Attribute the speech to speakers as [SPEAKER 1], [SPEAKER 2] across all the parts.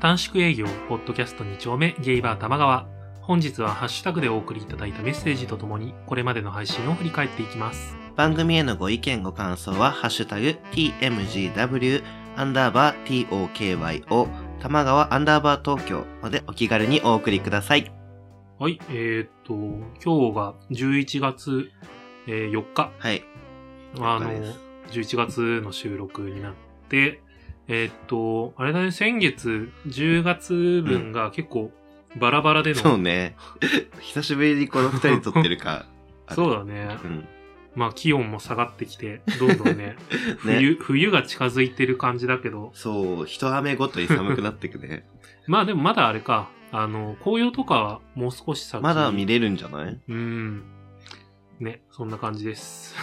[SPEAKER 1] 短縮営業、ポッドキャスト2丁目、ゲイバー玉川。本日はハッシュタグでお送りいただいたメッセージとともに、これまでの配信を振り返っていきます。
[SPEAKER 2] 番組へのご意見ご感想は、ハッシュタグ、tmgw、アンダーバー tokyo、玉川アンダーバー東京までお気軽にお送りください。
[SPEAKER 1] はい、えーっと、今日が11月、えー4日。
[SPEAKER 2] はい。
[SPEAKER 1] あの
[SPEAKER 2] 了解です、
[SPEAKER 1] 11月の収録になって、えーっと、あれだね、先月、10月分が結構バラバラでの、
[SPEAKER 2] そうね。 久しぶりにこの二人で撮ってるか。あ る
[SPEAKER 1] そうだね。
[SPEAKER 2] うん。
[SPEAKER 1] まあ気温も下がってきて、どんどん ね、冬、冬が近づいてる感じだけど、
[SPEAKER 2] そう、一雨ごとに寒くなってく ね。
[SPEAKER 1] まあでもまだあれか、あの、紅葉とかはもう少し先。
[SPEAKER 2] まだ見れるんじゃない
[SPEAKER 1] うん。ね、そんな感じです。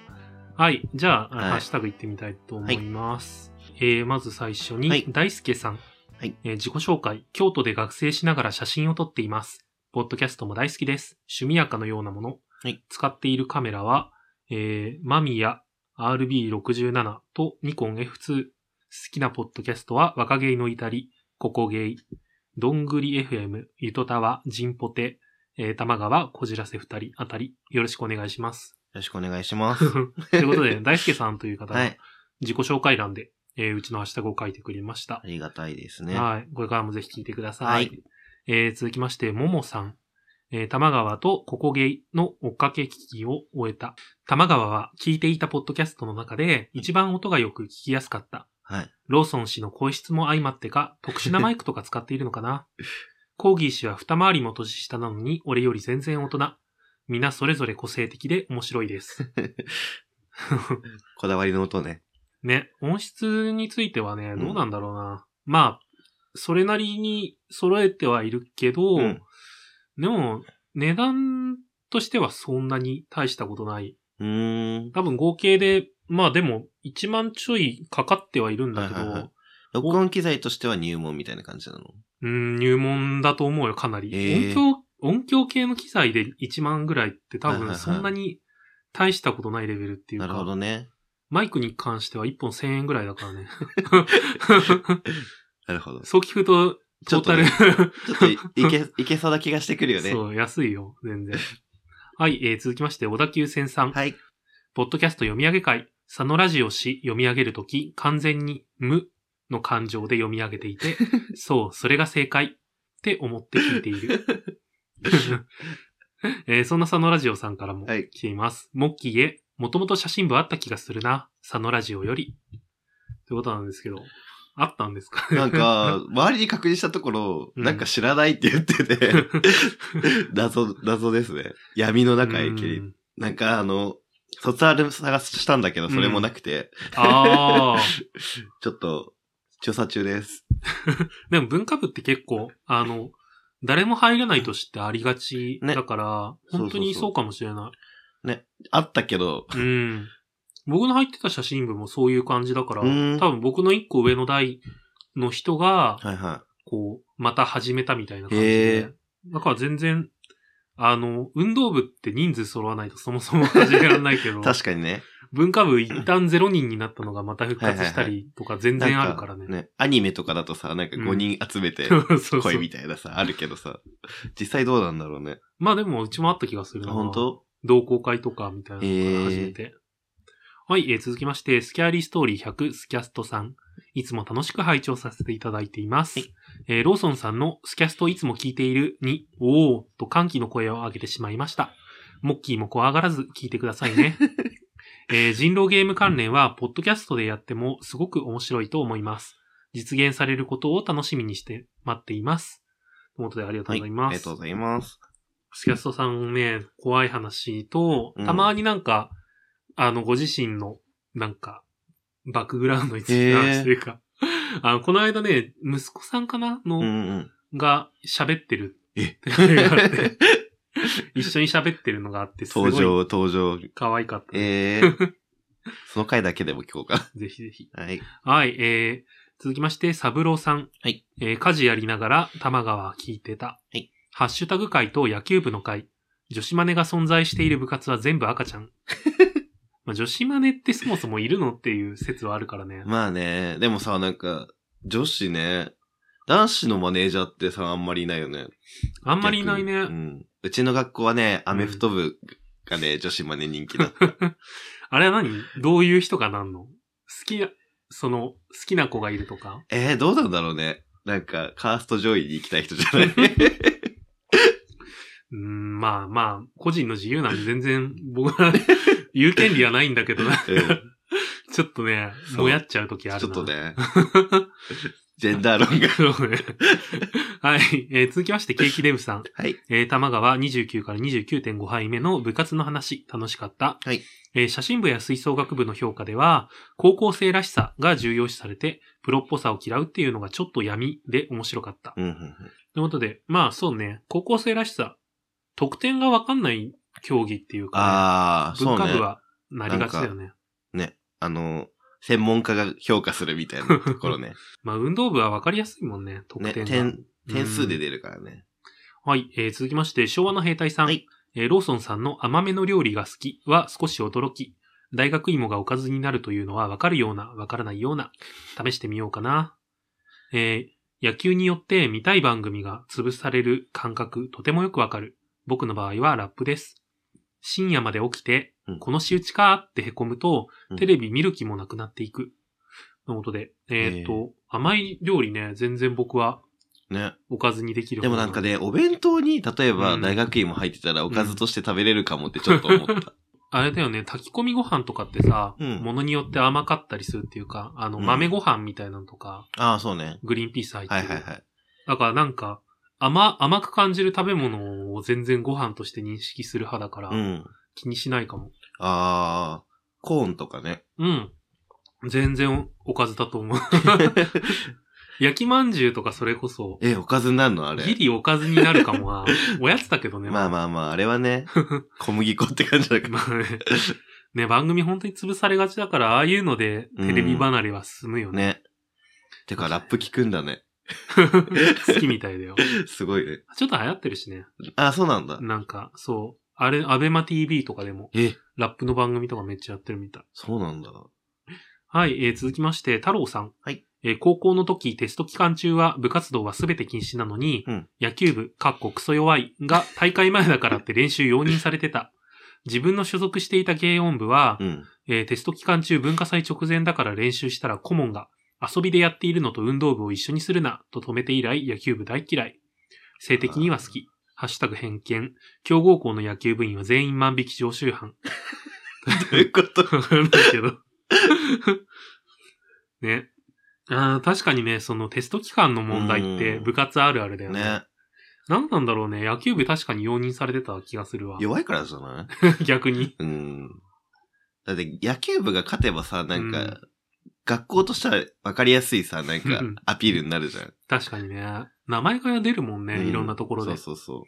[SPEAKER 1] はい。じゃあ、
[SPEAKER 2] はい
[SPEAKER 1] ハッシュタグいってみたいと思います。えーまず最初に、
[SPEAKER 2] はい
[SPEAKER 1] 大輔さん。
[SPEAKER 2] はい
[SPEAKER 1] えー自己紹介。京都で学生しながら写真を撮っています。ポッドキャストも大好きです。趣味やかのようなもの。
[SPEAKER 2] はい
[SPEAKER 1] 使っているカメラは、えーマミヤ RB67 とニコン F2。好きなポッドキャストは若芸の至り、ココゲイ、どんぐり FM、ゆとたわ、ジンポテ、えー玉川、こじらせ二人あたり、よろしくお願いします。
[SPEAKER 2] よろしくお願いします。
[SPEAKER 1] ということで、大輔さんという方が
[SPEAKER 2] はい。
[SPEAKER 1] 自己紹介欄で、えーうちのハッシュタグを書いてくれました
[SPEAKER 2] あ。りがたいですね。
[SPEAKER 1] はい。これからもぜひ聞いてください。
[SPEAKER 2] はい
[SPEAKER 1] えー続きまして、ももさん。えー玉川とココゲイの追っかけ聞きを終えた。玉川は聞いていたポッドキャストの中で一番音がよく聞きやすかった。
[SPEAKER 2] はい。
[SPEAKER 1] ローソン氏の声質も相まってか、特殊なマイクとか使っているのか な。コーギー氏は二回りも年下なのに、俺より全然大人。皆それぞれ個性的で面白いです。
[SPEAKER 2] こだわりの音ね。
[SPEAKER 1] ね、音質についてはね、
[SPEAKER 2] ん
[SPEAKER 1] どうなんだろうな。まあ、それなりに揃えてはいるけど、
[SPEAKER 2] うん
[SPEAKER 1] でも、値段としてはそんなに大したことない。
[SPEAKER 2] うーん。
[SPEAKER 1] 多分合計で、まあでも、1万ちょいかかってはいるんだけど、
[SPEAKER 2] はいはいはい録音機材としては入門みたいな感じなの
[SPEAKER 1] うん、入門だと思うよ、かなり。
[SPEAKER 2] え
[SPEAKER 1] 音
[SPEAKER 2] え
[SPEAKER 1] 響、音響系の機材で1万ぐらいって多
[SPEAKER 2] はいはいは
[SPEAKER 1] 分
[SPEAKER 2] い
[SPEAKER 1] そんなに大したことないレベルっていうか、
[SPEAKER 2] なるほどね。
[SPEAKER 1] マイクに関しては1本1000円ぐらいだから ね。
[SPEAKER 2] なるほど。
[SPEAKER 1] そう聞くと、
[SPEAKER 2] ちょ
[SPEAKER 1] トー
[SPEAKER 2] っと
[SPEAKER 1] タ
[SPEAKER 2] ね
[SPEAKER 1] ル、
[SPEAKER 2] ちょっといい け、いけそうな気がしてくるよね。
[SPEAKER 1] そう、安いよ、全然。はい、えー続きまして、小田急線さん。
[SPEAKER 2] はい。
[SPEAKER 1] ポッドキャスト読み上げ会、佐野ラジオし読み上げるとき、完全に無の感情で読み上げていて、 そう、それが正解って思って聞いている。 えーそんな佐野ラジオさんからも
[SPEAKER 2] はい
[SPEAKER 1] 来ています。モッキーへ、もともと写真部あった気がするな、佐野ラジオより。ということなんですけど、あったんですかね
[SPEAKER 2] な ん、か、周りに確認したところ、
[SPEAKER 1] うん
[SPEAKER 2] なんか知らないって言っ てて、謎、謎ですね。闇の中へ切
[SPEAKER 1] う
[SPEAKER 2] り。
[SPEAKER 1] ん
[SPEAKER 2] なんかあの、卒アル探したんだけど、それもなくて、
[SPEAKER 1] ああ。
[SPEAKER 2] ちょっと、調査中です。
[SPEAKER 1] でも文化部って結構、あの、誰も入らない年ってありがち
[SPEAKER 2] ね
[SPEAKER 1] だから、
[SPEAKER 2] そうそうそう
[SPEAKER 1] 本当にそうかもしれない。
[SPEAKER 2] あったけど、
[SPEAKER 1] うん。僕の入ってた写真部もそういう感じだから、
[SPEAKER 2] うん
[SPEAKER 1] 多分僕の一個上の代の人が、
[SPEAKER 2] はいは
[SPEAKER 1] こう、また始めたみたいな感じ
[SPEAKER 2] へ
[SPEAKER 1] で
[SPEAKER 2] ー。
[SPEAKER 1] だから全然、あの、運動部って人数揃わないとそもそも始められないけど
[SPEAKER 2] い。、 確かにね。
[SPEAKER 1] 文化部一旦0人になったのがまた復活したりとか全然あるから ね。
[SPEAKER 2] ね、アニメとかだとさ、なんか
[SPEAKER 1] うん
[SPEAKER 2] 5人集め て、
[SPEAKER 1] そうそうそう
[SPEAKER 2] 恋みたいなさ、あるけどさ、実際どうなんだろうね。
[SPEAKER 1] まあでもうちもあった気がするな。
[SPEAKER 2] 本当
[SPEAKER 1] 同好会とかみたいなのから始めて。はい、えー続きまして、スキャーリーストーリー100スキャストさん。いつも楽しく拝聴させていただいています。
[SPEAKER 2] はい
[SPEAKER 1] えーローソンさんのスキャストいつも聞いているに、おーと歓喜の声を上げてしまいました。モッキーも怖がらず聞いてください ね。えー人狼ゲーム関連は、ポッドキャストでやってもすごく面白いと思います。実現されることを楽しみにして待っています。ということでありがとう
[SPEAKER 2] はい。
[SPEAKER 1] ござ
[SPEAKER 2] あ
[SPEAKER 1] い
[SPEAKER 2] り
[SPEAKER 1] ます。
[SPEAKER 2] がとうございます。
[SPEAKER 1] スキャストさんね、怖い話と
[SPEAKER 2] う、ん
[SPEAKER 1] たまになんか、あの、ご自身の、なんか、バックグラウンドについて
[SPEAKER 2] へ
[SPEAKER 1] の
[SPEAKER 2] ー
[SPEAKER 1] 話というか、 あの、この間ね、息子さんかなの、
[SPEAKER 2] うんうん。
[SPEAKER 1] が喋ってる
[SPEAKER 2] え
[SPEAKER 1] っていうのがあって、一緒に喋ってるのがあって、すご
[SPEAKER 2] 登場
[SPEAKER 1] い、
[SPEAKER 2] 登場。
[SPEAKER 1] 可愛かった。
[SPEAKER 2] え ー、その回だけでも聞こうか。
[SPEAKER 1] ぜひぜひ。
[SPEAKER 2] はい。
[SPEAKER 1] はい、えー、続きまして、サブローさん。
[SPEAKER 2] はい。
[SPEAKER 1] えー、家事やりながら、玉川聞いてた。
[SPEAKER 2] はい。
[SPEAKER 1] ハッシュタグ会と野球部の会。女子マネが存在している部活は全部赤ち ゃん。まあ、女子マネってそもそもいるのっていう説はあるからね。
[SPEAKER 2] まあね、でもさ、なんか、女子ね、男子のマネージャーってさ、あんまりいないよね。
[SPEAKER 1] あんまりいない
[SPEAKER 2] 逆にう
[SPEAKER 1] ね。
[SPEAKER 2] ん。うちの学校はね、アメフト部がね、女子マネ人気だ。
[SPEAKER 1] あれは何どういう人がなんの好きな、その、好きな子がいるとか
[SPEAKER 2] えー、どうなんだろうね。なんか、カースト上位に行きたい人 じゃない
[SPEAKER 1] うーん、まあまあ、個人の自由なんで全然僕は 言う権利はないんだけどな。
[SPEAKER 2] うん
[SPEAKER 1] ちょっとね、
[SPEAKER 2] そう
[SPEAKER 1] もやっちゃうときあるな。
[SPEAKER 2] ちょっと。 ね、ジェンダー論が。
[SPEAKER 1] そうね。 はい、えー続きまして、ケーキデブさん。
[SPEAKER 2] はい。
[SPEAKER 1] えー玉川29から29.5杯目の部活の話、楽しかった。
[SPEAKER 2] はい
[SPEAKER 1] えー写真部や吹奏楽部の評価では、高校生らしさが重要視されて、プロっぽさを嫌うっていうのがちょっと闇で面白かった。
[SPEAKER 2] うんうんうん。
[SPEAKER 1] ということで、まあそうね、高校生らしさ、得点がわかんない競技っていうか、
[SPEAKER 2] ああ、
[SPEAKER 1] ね、
[SPEAKER 2] そう
[SPEAKER 1] 文化
[SPEAKER 2] ね
[SPEAKER 1] 部。はなりがちだよね。
[SPEAKER 2] あの、専門家が評価するみたいなところね。
[SPEAKER 1] まあ運動部はわかりやすいもんね、得
[SPEAKER 2] ね、
[SPEAKER 1] 点が。
[SPEAKER 2] 点、点数で出るからね。
[SPEAKER 1] はい、えー続きまして、昭和の兵隊さん。
[SPEAKER 2] はい
[SPEAKER 1] えーローソンさんの甘めの料理が好きは少し驚き、大学芋がおかずになるというのはわかるような、わからないような、試してみようかな。えー野球によって見たい番組が潰される感覚、とてもよくわかる。僕の場合はラップです。深夜まで起きて、
[SPEAKER 2] うん
[SPEAKER 1] この仕打ちかーって凹むと、
[SPEAKER 2] うん
[SPEAKER 1] テレビ見る気もなくなっていく。のことで、えーっと、
[SPEAKER 2] え
[SPEAKER 1] 甘い料理ね、全然僕は
[SPEAKER 2] ね。
[SPEAKER 1] おかずにできる
[SPEAKER 2] で
[SPEAKER 1] 方
[SPEAKER 2] もなんかね、お弁当に、例えば大学院も入ってたらおかずとして食べれるかもってちょっと思った。
[SPEAKER 1] あれだよね、炊き込みご飯とかってさ、
[SPEAKER 2] うん
[SPEAKER 1] ものによって甘かったりするっていうか、あの、
[SPEAKER 2] うん
[SPEAKER 1] 豆ご飯みたいなのとか、
[SPEAKER 2] ああ、そうね。
[SPEAKER 1] グリーンピース入って
[SPEAKER 2] は
[SPEAKER 1] る。
[SPEAKER 2] いはいはい。
[SPEAKER 1] だからなんか、甘、甘く感じる食べ物を全然ご飯として認識する派だから、
[SPEAKER 2] うん。
[SPEAKER 1] 気にしないかも。
[SPEAKER 2] ああ、コーンとかね。
[SPEAKER 1] うん。全然おかずだと思 う。焼きまんじゅうとかそれこそ、
[SPEAKER 2] え、おかずになるのあれ。
[SPEAKER 1] ギリおかずになるか もな。おやつだけどね。
[SPEAKER 2] まあまあまあ、あれは ね、小麦粉って感じだけど。
[SPEAKER 1] まあね。ね、番組本当に潰されがちだから、ああいうのでテレビ離れは進むよね。
[SPEAKER 2] ね。てか、ラップ聞くんだね。
[SPEAKER 1] 好きみたいだよ。
[SPEAKER 2] すごいね。
[SPEAKER 1] ちょっと流行ってるしね。
[SPEAKER 2] あ、そうなんだ。
[SPEAKER 1] なんか、そう。あれ、アベマ TV とかでも、
[SPEAKER 2] え、
[SPEAKER 1] ラップの番組とかめっちゃやってるみたい。
[SPEAKER 2] そうなんだ。
[SPEAKER 1] はい、えー続きまして、太郎さん。
[SPEAKER 2] はい。
[SPEAKER 1] えー高校の時、テスト期間中は部活動は全て禁止なのに、
[SPEAKER 2] うん
[SPEAKER 1] 野球部、かっこクソ弱いが大会前だからって練習容認されてた。自分の所属していた軽音部は
[SPEAKER 2] う、ん。
[SPEAKER 1] えーテスト期間中文化祭直前だから練習したら顧問が遊びでやっているのと運動部を一緒にするなと止めて以来野球部大嫌い。性的には好き。ハッシュタグ偏見。強豪校の野球部員は全員万引き常習犯。
[SPEAKER 2] ということ。
[SPEAKER 1] わかんないけど。 ね。あー確かにね、そのテスト期間の問題って
[SPEAKER 2] うん
[SPEAKER 1] 部活あるあるだよね。
[SPEAKER 2] ね。
[SPEAKER 1] 何なんだろうね。野球部確かに容認されてた気がするわ。
[SPEAKER 2] 弱いからじゃない
[SPEAKER 1] 逆に。
[SPEAKER 2] うん。だって、野球部が勝てばさ、なんか、
[SPEAKER 1] うん
[SPEAKER 2] 学校としては分かりやすいさ、なんか
[SPEAKER 1] うん、
[SPEAKER 2] アピールになるじゃん。
[SPEAKER 1] 確かにね。名前が出るもんね。
[SPEAKER 2] うん
[SPEAKER 1] いろんなところで。
[SPEAKER 2] そうそうそ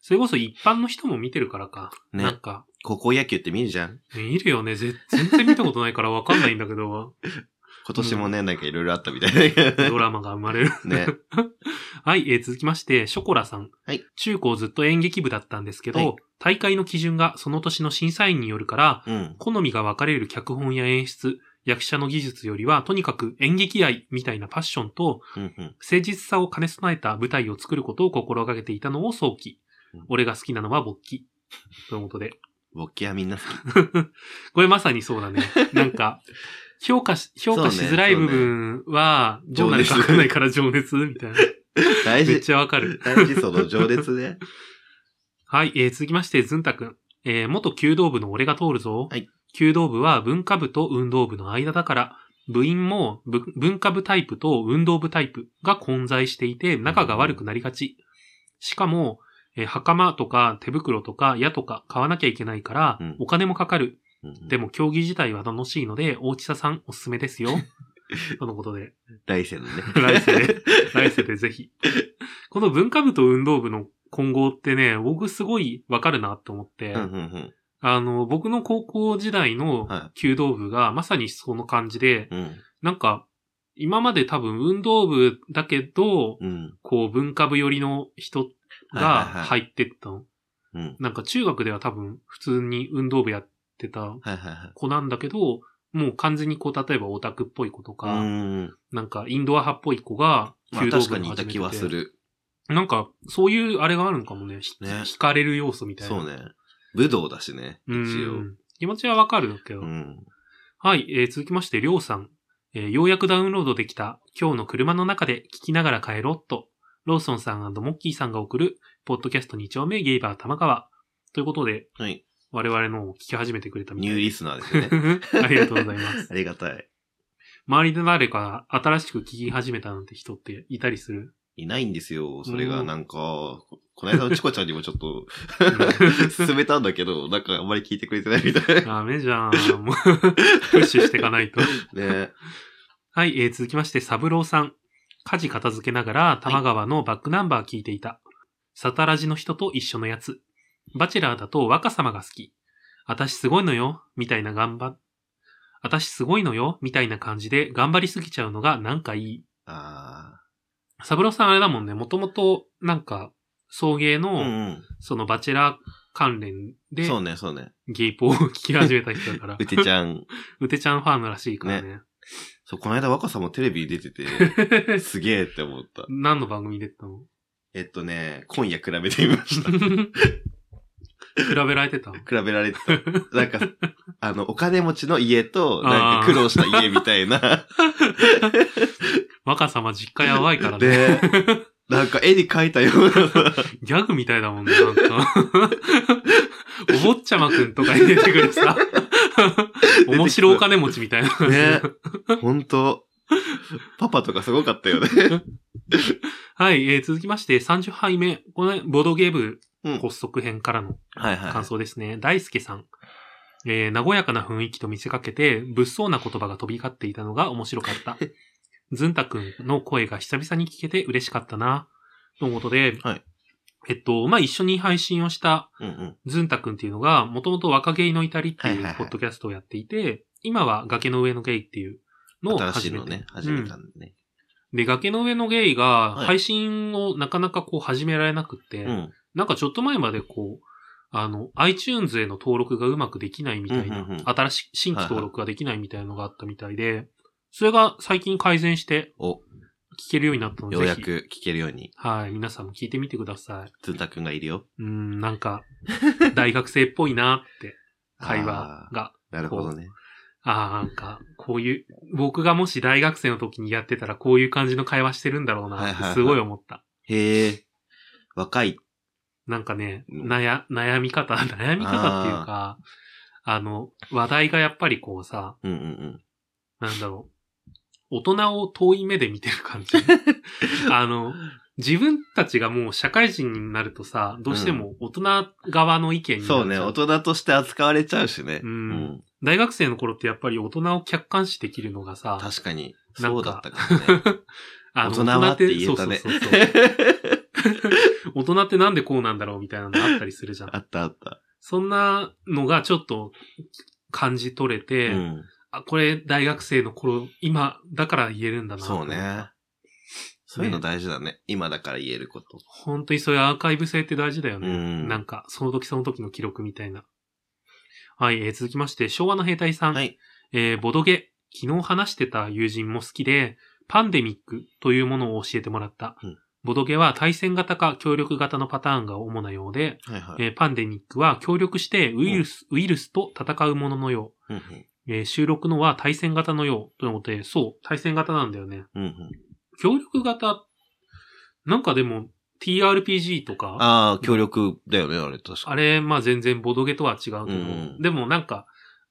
[SPEAKER 1] それこそ一般の人も見てるからか。
[SPEAKER 2] う。ね
[SPEAKER 1] な。んか、
[SPEAKER 2] 高校野球って見るじゃん
[SPEAKER 1] ねいるよね。ぜ 全然見たことないからわかんないんだけ ど、
[SPEAKER 2] 今年もね、なんかいろいろあったみたいだけど
[SPEAKER 1] ドラマが生まれる。
[SPEAKER 2] ね。
[SPEAKER 1] はい、えー続きまして、ショコラさん。
[SPEAKER 2] はい
[SPEAKER 1] 中高ずっと演劇部だったんですけど、
[SPEAKER 2] はい
[SPEAKER 1] 大会の基準がその年の審査員によるから、
[SPEAKER 2] うん。
[SPEAKER 1] 好みが分かれる脚本や演出、役者の技術よりは、とにかく演劇愛みたいなパッションと、
[SPEAKER 2] うんうん。
[SPEAKER 1] 誠実さを兼ね備えた舞台を作ることを心がけていたのを早期
[SPEAKER 2] うん。
[SPEAKER 1] 俺が好きなのは勃起。ということで。
[SPEAKER 2] 勃起はみん な好き。
[SPEAKER 1] これまさにそう だね。なんか、評価し、評価しづらい部分は、ど
[SPEAKER 2] そう
[SPEAKER 1] う
[SPEAKER 2] ね
[SPEAKER 1] なるかわかんないから情熱みた いな。
[SPEAKER 2] 大
[SPEAKER 1] めっ
[SPEAKER 2] 事。
[SPEAKER 1] ちゃわかる。
[SPEAKER 2] 大事、その情熱ね。
[SPEAKER 1] はい、えー続きまして、ずんたくん。えー元弓道部の俺が通るぞ。
[SPEAKER 2] はい
[SPEAKER 1] 弓道部は文化部と運動部の間だから、部員もぶ文化部タイプと運動部タイプが混在していて、仲が悪くなりがち。しかも、えー袴とか手袋とか矢とか買わなきゃいけないから
[SPEAKER 2] うん、
[SPEAKER 1] お金もかかる。
[SPEAKER 2] うん
[SPEAKER 1] でも競技自体は楽しいので、大地さんおすすめです よ。とのことで、。
[SPEAKER 2] 来世のね
[SPEAKER 1] 来世で、来世でぜひ。この文化部と運動部の混合ってね、僕すごいわかるなって思って、
[SPEAKER 2] うんうんうん。
[SPEAKER 1] あの、僕の高校時代の
[SPEAKER 2] は
[SPEAKER 1] 弓道部がまさにその感じで、
[SPEAKER 2] うん。
[SPEAKER 1] なんか、今まで多分運動部だけど、
[SPEAKER 2] うん。
[SPEAKER 1] こう文化部寄りの人が入ってったの。
[SPEAKER 2] うん。
[SPEAKER 1] なんか中学では多分普通に運動部やってた
[SPEAKER 2] はいはいはい。
[SPEAKER 1] 子なんだけど、もう完全にこう、例えばオタクっぽい子と
[SPEAKER 2] う
[SPEAKER 1] か、
[SPEAKER 2] ーん。
[SPEAKER 1] なんかインドア派っぽい子が、
[SPEAKER 2] まあ
[SPEAKER 1] 弓道部
[SPEAKER 2] 確かにい
[SPEAKER 1] 始
[SPEAKER 2] た
[SPEAKER 1] めて
[SPEAKER 2] 気
[SPEAKER 1] て
[SPEAKER 2] はす。る。
[SPEAKER 1] なんか、そういうあれがあるのかもね。ひ
[SPEAKER 2] ね
[SPEAKER 1] 惹かれる要素みたいな。
[SPEAKER 2] そう。ね。武道だしね。一
[SPEAKER 1] う
[SPEAKER 2] 応。
[SPEAKER 1] ん。気持ちはわかるけど。
[SPEAKER 2] うん。
[SPEAKER 1] はい、えー続きまして、りょうさん。えーようやくダウンロードできた、今日の車の中で聞きながら帰ろうっと、ローソンさんモッキーさんが送る、ポッドキャスト2丁目ゲイバー玉川。ということで、
[SPEAKER 2] はい。
[SPEAKER 1] 我々のを聞き始めてくれたみ
[SPEAKER 2] ニ
[SPEAKER 1] たい
[SPEAKER 2] ュー
[SPEAKER 1] で
[SPEAKER 2] リスナーですよね。
[SPEAKER 1] す。ありがとうございます。
[SPEAKER 2] ありがたい。
[SPEAKER 1] 周りで誰か新しく聞き始めたなんて人っていたりす る
[SPEAKER 2] いないんですよ。それ
[SPEAKER 1] う
[SPEAKER 2] が
[SPEAKER 1] ん
[SPEAKER 2] なんか、ここの間のチコちゃんにもちょ っと勧めたんだけど、なんかあんまり聞いてくれてないみたい。ね
[SPEAKER 1] ダメじゃん。もう、プッシュしていか ないと。はい、えー続きまして、サブローさん。家事片付けながら、玉川のバックナンバー聞いていた。サタラジの人と一緒のやつ。バチェラーだと若様が好き。あたしすごいのよ、みたいな頑張。あたしすごいのよ、みたいな感じで頑張りすぎちゃうのがなんかいい。
[SPEAKER 2] あ
[SPEAKER 1] サブローさんあれだもんね、もともと、なんか、送迎
[SPEAKER 2] あ。う
[SPEAKER 1] の、
[SPEAKER 2] ん
[SPEAKER 1] そのバチェラー関連
[SPEAKER 2] うん。
[SPEAKER 1] で
[SPEAKER 2] そ、うね、そうね。
[SPEAKER 1] ゲイポを聞き始めた人だから
[SPEAKER 2] う。てちゃん。
[SPEAKER 1] うてちゃんファンらしいからね。
[SPEAKER 2] そう、この間若さもテレビ出 てて、すげえって思った。
[SPEAKER 1] 何の番組出てたの
[SPEAKER 2] えっとね、今夜比べてみま した。比
[SPEAKER 1] 比べられてた
[SPEAKER 2] べられてた。なんか、あの、お金持ちの家と、なんか苦労した家みたいな。
[SPEAKER 1] 若様実家やばいからね。
[SPEAKER 2] で、なんか絵に描いたようなさ
[SPEAKER 1] ギャグみたいだもんね、なんか。 お坊ちゃまくんとかに出てくる さ。面白お金持ちみたいな感じ。
[SPEAKER 2] ね。 本当パパとかすごかったよね。
[SPEAKER 1] はい、えー続きまして30杯目。このボードゲーム
[SPEAKER 2] うん。
[SPEAKER 1] 発足編からの
[SPEAKER 2] はいはい。
[SPEAKER 1] 感想ですね。大輔さん。えー、和やかな雰囲気と見せかけて、物騒な言葉が飛び交っていたのが面白かった。 ずんたくんの声が久々に聞けて嬉しかったな。ということで、
[SPEAKER 2] はい
[SPEAKER 1] えっと、まあ、一緒に配信をした
[SPEAKER 2] うんうん。
[SPEAKER 1] ずんたくんっていうのが、もともと若芸の至りって
[SPEAKER 2] はい
[SPEAKER 1] い
[SPEAKER 2] はいうはい
[SPEAKER 1] ポッドキャストをやっていて、今は崖の上のゲイっていうのを
[SPEAKER 2] 新し
[SPEAKER 1] 始
[SPEAKER 2] い
[SPEAKER 1] め
[SPEAKER 2] の
[SPEAKER 1] て、
[SPEAKER 2] ね、始めたんでね。
[SPEAKER 1] で、崖の上のゲイが
[SPEAKER 2] はい
[SPEAKER 1] 配信をなかなかこう始められなくって、
[SPEAKER 2] うん。
[SPEAKER 1] なんかちょっと前までこう、あの、iTunes への登録がうまくできないみたいな、
[SPEAKER 2] うんうんうん
[SPEAKER 1] 新しい、新規登録ができないみたいなのがあったみたいで、それが最近改善して
[SPEAKER 2] お、
[SPEAKER 1] 聞けるようになったので、
[SPEAKER 2] ようや
[SPEAKER 1] ぜひ。
[SPEAKER 2] く聞けるように、
[SPEAKER 1] はい、皆さんも聞いてみてください。
[SPEAKER 2] つんたくんがいるよ。
[SPEAKER 1] うーん、なんか、大学生っぽいなって、会話
[SPEAKER 2] あ
[SPEAKER 1] が。
[SPEAKER 2] ー。なるほどね。
[SPEAKER 1] ああー、なんか、こういう、僕がもし大学生の時にやってたらこういう感じの会話してるんだろうな
[SPEAKER 2] はい
[SPEAKER 1] っ
[SPEAKER 2] はいは
[SPEAKER 1] てす
[SPEAKER 2] い
[SPEAKER 1] ごい思った。
[SPEAKER 2] へえ。若い。
[SPEAKER 1] なんかね、
[SPEAKER 2] うん
[SPEAKER 1] 悩、悩み方、 悩み方っていうか、あの、話題がやっぱりこうさ、
[SPEAKER 2] うんうんうん。
[SPEAKER 1] なんだろう、大人を遠い目で見てる感 じ。あの、自分たちがもう社会人になるとさ、どうしても大人側の意見になっちゃ
[SPEAKER 2] そうね、大人として扱われちゃうしね。
[SPEAKER 1] うん大学生の頃ってやっぱり大人を客観視できるのがさ、
[SPEAKER 2] 確かに。
[SPEAKER 1] なんか
[SPEAKER 2] そうだったからね。
[SPEAKER 1] あ
[SPEAKER 2] 大
[SPEAKER 1] の
[SPEAKER 2] 人はって言えたね
[SPEAKER 1] そうそうそうそう。大人ってなんでこうなんだろうみたいなのあったりするじゃ ん
[SPEAKER 2] あ。ったあった。
[SPEAKER 1] そんなのがちょっと感じ取れ
[SPEAKER 2] う
[SPEAKER 1] て、
[SPEAKER 2] ん。
[SPEAKER 1] あ、これ大学生の頃、今だから言えるんだな。
[SPEAKER 2] そう。ね。そういうの大事だね。今だから言えること。
[SPEAKER 1] 本当にそういうアーカイブ性って大事だよね。
[SPEAKER 2] うん
[SPEAKER 1] なんか、その時その時の記録みたいな。はい、えー続きまして、昭和の兵隊さん。
[SPEAKER 2] はい。
[SPEAKER 1] えーボドゲ。昨日話してた友人も好きで、パンデミックというものを教えてもらった。
[SPEAKER 2] うん
[SPEAKER 1] ボドゲは対戦型か協力型のパターンが主なようで、
[SPEAKER 2] はいはい。
[SPEAKER 1] えーパンデミックは協力してウイルス、ウイルスと戦うもののよう。
[SPEAKER 2] うんうん
[SPEAKER 1] えー収録のは対戦型のようということで、そう、対戦型なんだよね。
[SPEAKER 2] うんうん。
[SPEAKER 1] 協力型、なんかでも TRPG とか、あ
[SPEAKER 2] ああ、協力だよね、あれ確か
[SPEAKER 1] れ、まあ全然ボドゲとは違うけど、
[SPEAKER 2] うんうん
[SPEAKER 1] でもなんか、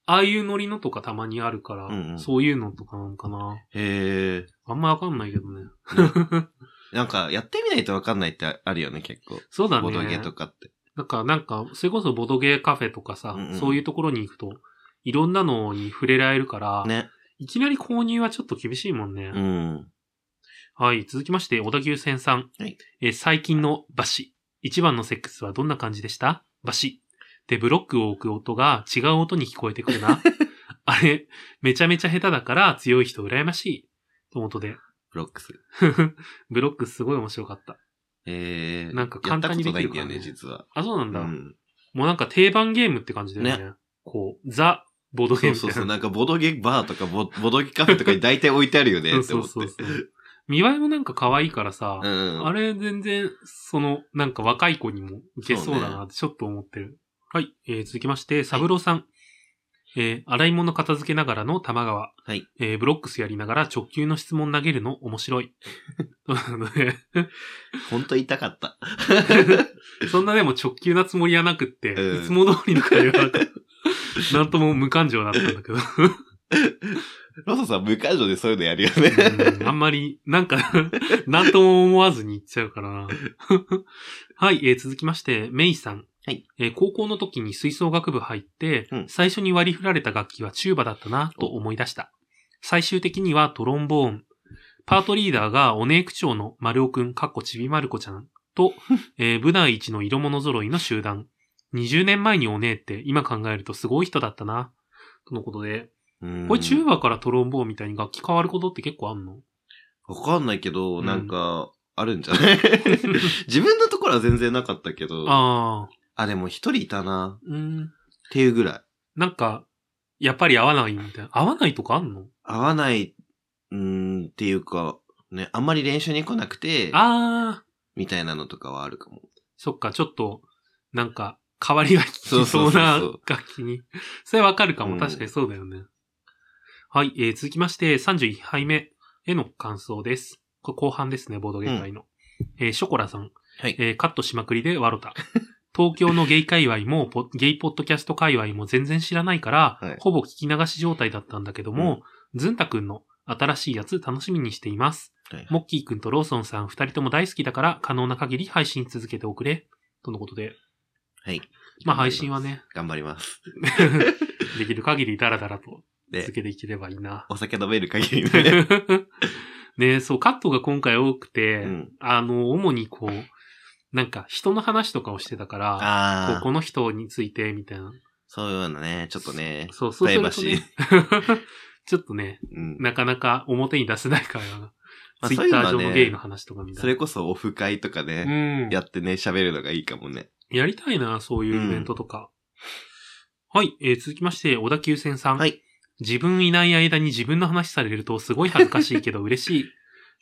[SPEAKER 1] ああいうノリのとかたまにあるから、
[SPEAKER 2] うんうん
[SPEAKER 1] そういうのとかなのかな。
[SPEAKER 2] に。へえ。
[SPEAKER 1] あんまわかんないけどね。
[SPEAKER 2] なんか、やってみないとわかんないってあるよね、結構。
[SPEAKER 1] そうだね。
[SPEAKER 2] ボドゲとかって。
[SPEAKER 1] なんか、なんか、それこそボドゲカフェとかさ、
[SPEAKER 2] うんうん
[SPEAKER 1] そういうところに行くと、いろんなのに触れられるから、
[SPEAKER 2] ね。
[SPEAKER 1] いきなり購入はちょっと厳しいもんね。
[SPEAKER 2] うん。
[SPEAKER 1] はい。続きまして、小田急線さん。
[SPEAKER 2] はい
[SPEAKER 1] えー最近のバシ。一番のセックスはどんな感じでしたバシ。で、ブロックを置く音が違う音に聞こえてくる な。あれ、めちゃめちゃ下手だから強い人羨ましい。とのことで。
[SPEAKER 2] ブロックス。
[SPEAKER 1] ブロックすごい面白かった。
[SPEAKER 2] ええ。
[SPEAKER 1] なんか簡単にできるからね
[SPEAKER 2] やったことないんだよね、実は。
[SPEAKER 1] あ、そうなん
[SPEAKER 2] う
[SPEAKER 1] だ。
[SPEAKER 2] ん。
[SPEAKER 1] もうなんか定番ゲームって感じだよね。こう、ザ、ボードゲーム
[SPEAKER 2] そう
[SPEAKER 1] みた
[SPEAKER 2] そ
[SPEAKER 1] いうな。
[SPEAKER 2] そう。なんかボドゲバーとかボ ボドゲカフェとかに大体置いてあるよねって思っ て。
[SPEAKER 1] そうそうそうそう。見栄えもなんか可愛いからさ、
[SPEAKER 2] うん。
[SPEAKER 1] あれ全然、その、なんか若い子にも受けそうだ
[SPEAKER 2] そう
[SPEAKER 1] なってちょっと思ってる。はい、えー続きまして、サブローさん。えー洗い物片付けながらの玉川。
[SPEAKER 2] はい
[SPEAKER 1] えーブロックスやりながら直球の質問投げるの面白い。 ということで
[SPEAKER 2] ほんと痛かった。
[SPEAKER 1] そんなでも直球なつもりはなくって、
[SPEAKER 2] うん
[SPEAKER 1] いつも通りの会話だった。なんとも無感情だったんだけど。
[SPEAKER 2] ロソさん無感情でそういうのやるよ
[SPEAKER 1] うんあ
[SPEAKER 2] ね。
[SPEAKER 1] んまり、なんか、 なんとも思わずに言っちゃうから な。はい、えー続きまして、メイさん。
[SPEAKER 2] はい
[SPEAKER 1] えー高校の時に吹奏楽部入って、
[SPEAKER 2] うん
[SPEAKER 1] 最初に割り振られた楽器はチューバだったな、と思い出した。最終的にはトロンボーン。パートリーダーがお姉区長の丸尾くん、かっこちびまる子ちゃん と、えー、部内一の色物揃いの集団。20年前にお姉って今考えるとすごい人だったな。とのことで、これチュー
[SPEAKER 2] バ
[SPEAKER 1] バからトロンボーンみたいに楽器変わることって結構あんの
[SPEAKER 2] わかんないけど、
[SPEAKER 1] うん
[SPEAKER 2] なんか、あるんじゃない 自分のところは全然なかったけど。あ、
[SPEAKER 1] ああ、
[SPEAKER 2] でも一人いたな。
[SPEAKER 1] うん。
[SPEAKER 2] っていうぐらい。
[SPEAKER 1] なんか、やっぱり合わないみたいな。合わないとかあんの
[SPEAKER 2] 合わない、うーん、っていうか、ね、あんまり練習に来なくて、
[SPEAKER 1] ああ、
[SPEAKER 2] みたいなのとかはあるかも。
[SPEAKER 1] そっか、ちょっと、なんか、変わりが利
[SPEAKER 2] そう
[SPEAKER 1] き
[SPEAKER 2] そうそうそう
[SPEAKER 1] そうな楽器に。それわかるか
[SPEAKER 2] う
[SPEAKER 1] も。
[SPEAKER 2] ん
[SPEAKER 1] 確かにそうだよね。はい、えー続きまして、31杯目への感想です。これ後半ですね、ボードゲーム会の。えーショコラさん。
[SPEAKER 2] はい
[SPEAKER 1] えーカットしまくりでワロタ。東京のゲイ界隈もポ、ゲイポッドキャスト界隈も全然知らないから、
[SPEAKER 2] はい
[SPEAKER 1] ほぼ聞き流し状態だったんだけども、ズンタくんの新しいやつ楽しみにしています。
[SPEAKER 2] はい
[SPEAKER 1] モッキーくんとローソンさん二人とも大好きだから、可能な限り配信続けておくれ。とのことで。
[SPEAKER 2] はい。
[SPEAKER 1] まあ配信はね、
[SPEAKER 2] 頑張ります。
[SPEAKER 1] できる限りダラダラと
[SPEAKER 2] で
[SPEAKER 1] 続、けていければいいな。
[SPEAKER 2] お酒飲める限 りね。
[SPEAKER 1] ねえそう、カットが今回多くて、
[SPEAKER 2] うん
[SPEAKER 1] あの、主にこう、なんか人の話とかをしてたから、こ
[SPEAKER 2] あ
[SPEAKER 1] う
[SPEAKER 2] あ、
[SPEAKER 1] この人についてみたいな。
[SPEAKER 2] そういうのね、ちょっとね、
[SPEAKER 1] そう、そう
[SPEAKER 2] プ
[SPEAKER 1] す
[SPEAKER 2] ライ
[SPEAKER 1] る
[SPEAKER 2] バ
[SPEAKER 1] と
[SPEAKER 2] シー
[SPEAKER 1] ね。、 ちょっとね、
[SPEAKER 2] うん。
[SPEAKER 1] なかなか表に出せない から、
[SPEAKER 2] あ
[SPEAKER 1] ツイ
[SPEAKER 2] そうい
[SPEAKER 1] ッ
[SPEAKER 2] うの
[SPEAKER 1] タ
[SPEAKER 2] は
[SPEAKER 1] ー
[SPEAKER 2] ね
[SPEAKER 1] 上のゲイの話とかみたいな。
[SPEAKER 2] それこそオフ会とかね、
[SPEAKER 1] うん。
[SPEAKER 2] やってね、喋るのがいいかもね。
[SPEAKER 1] やりたいな、そういうイベントとか。はい、えー続きまして、小田急線さん。
[SPEAKER 2] はい。
[SPEAKER 1] 自分いない間に自分の話されるとすごい恥ずかしいけど嬉 しい。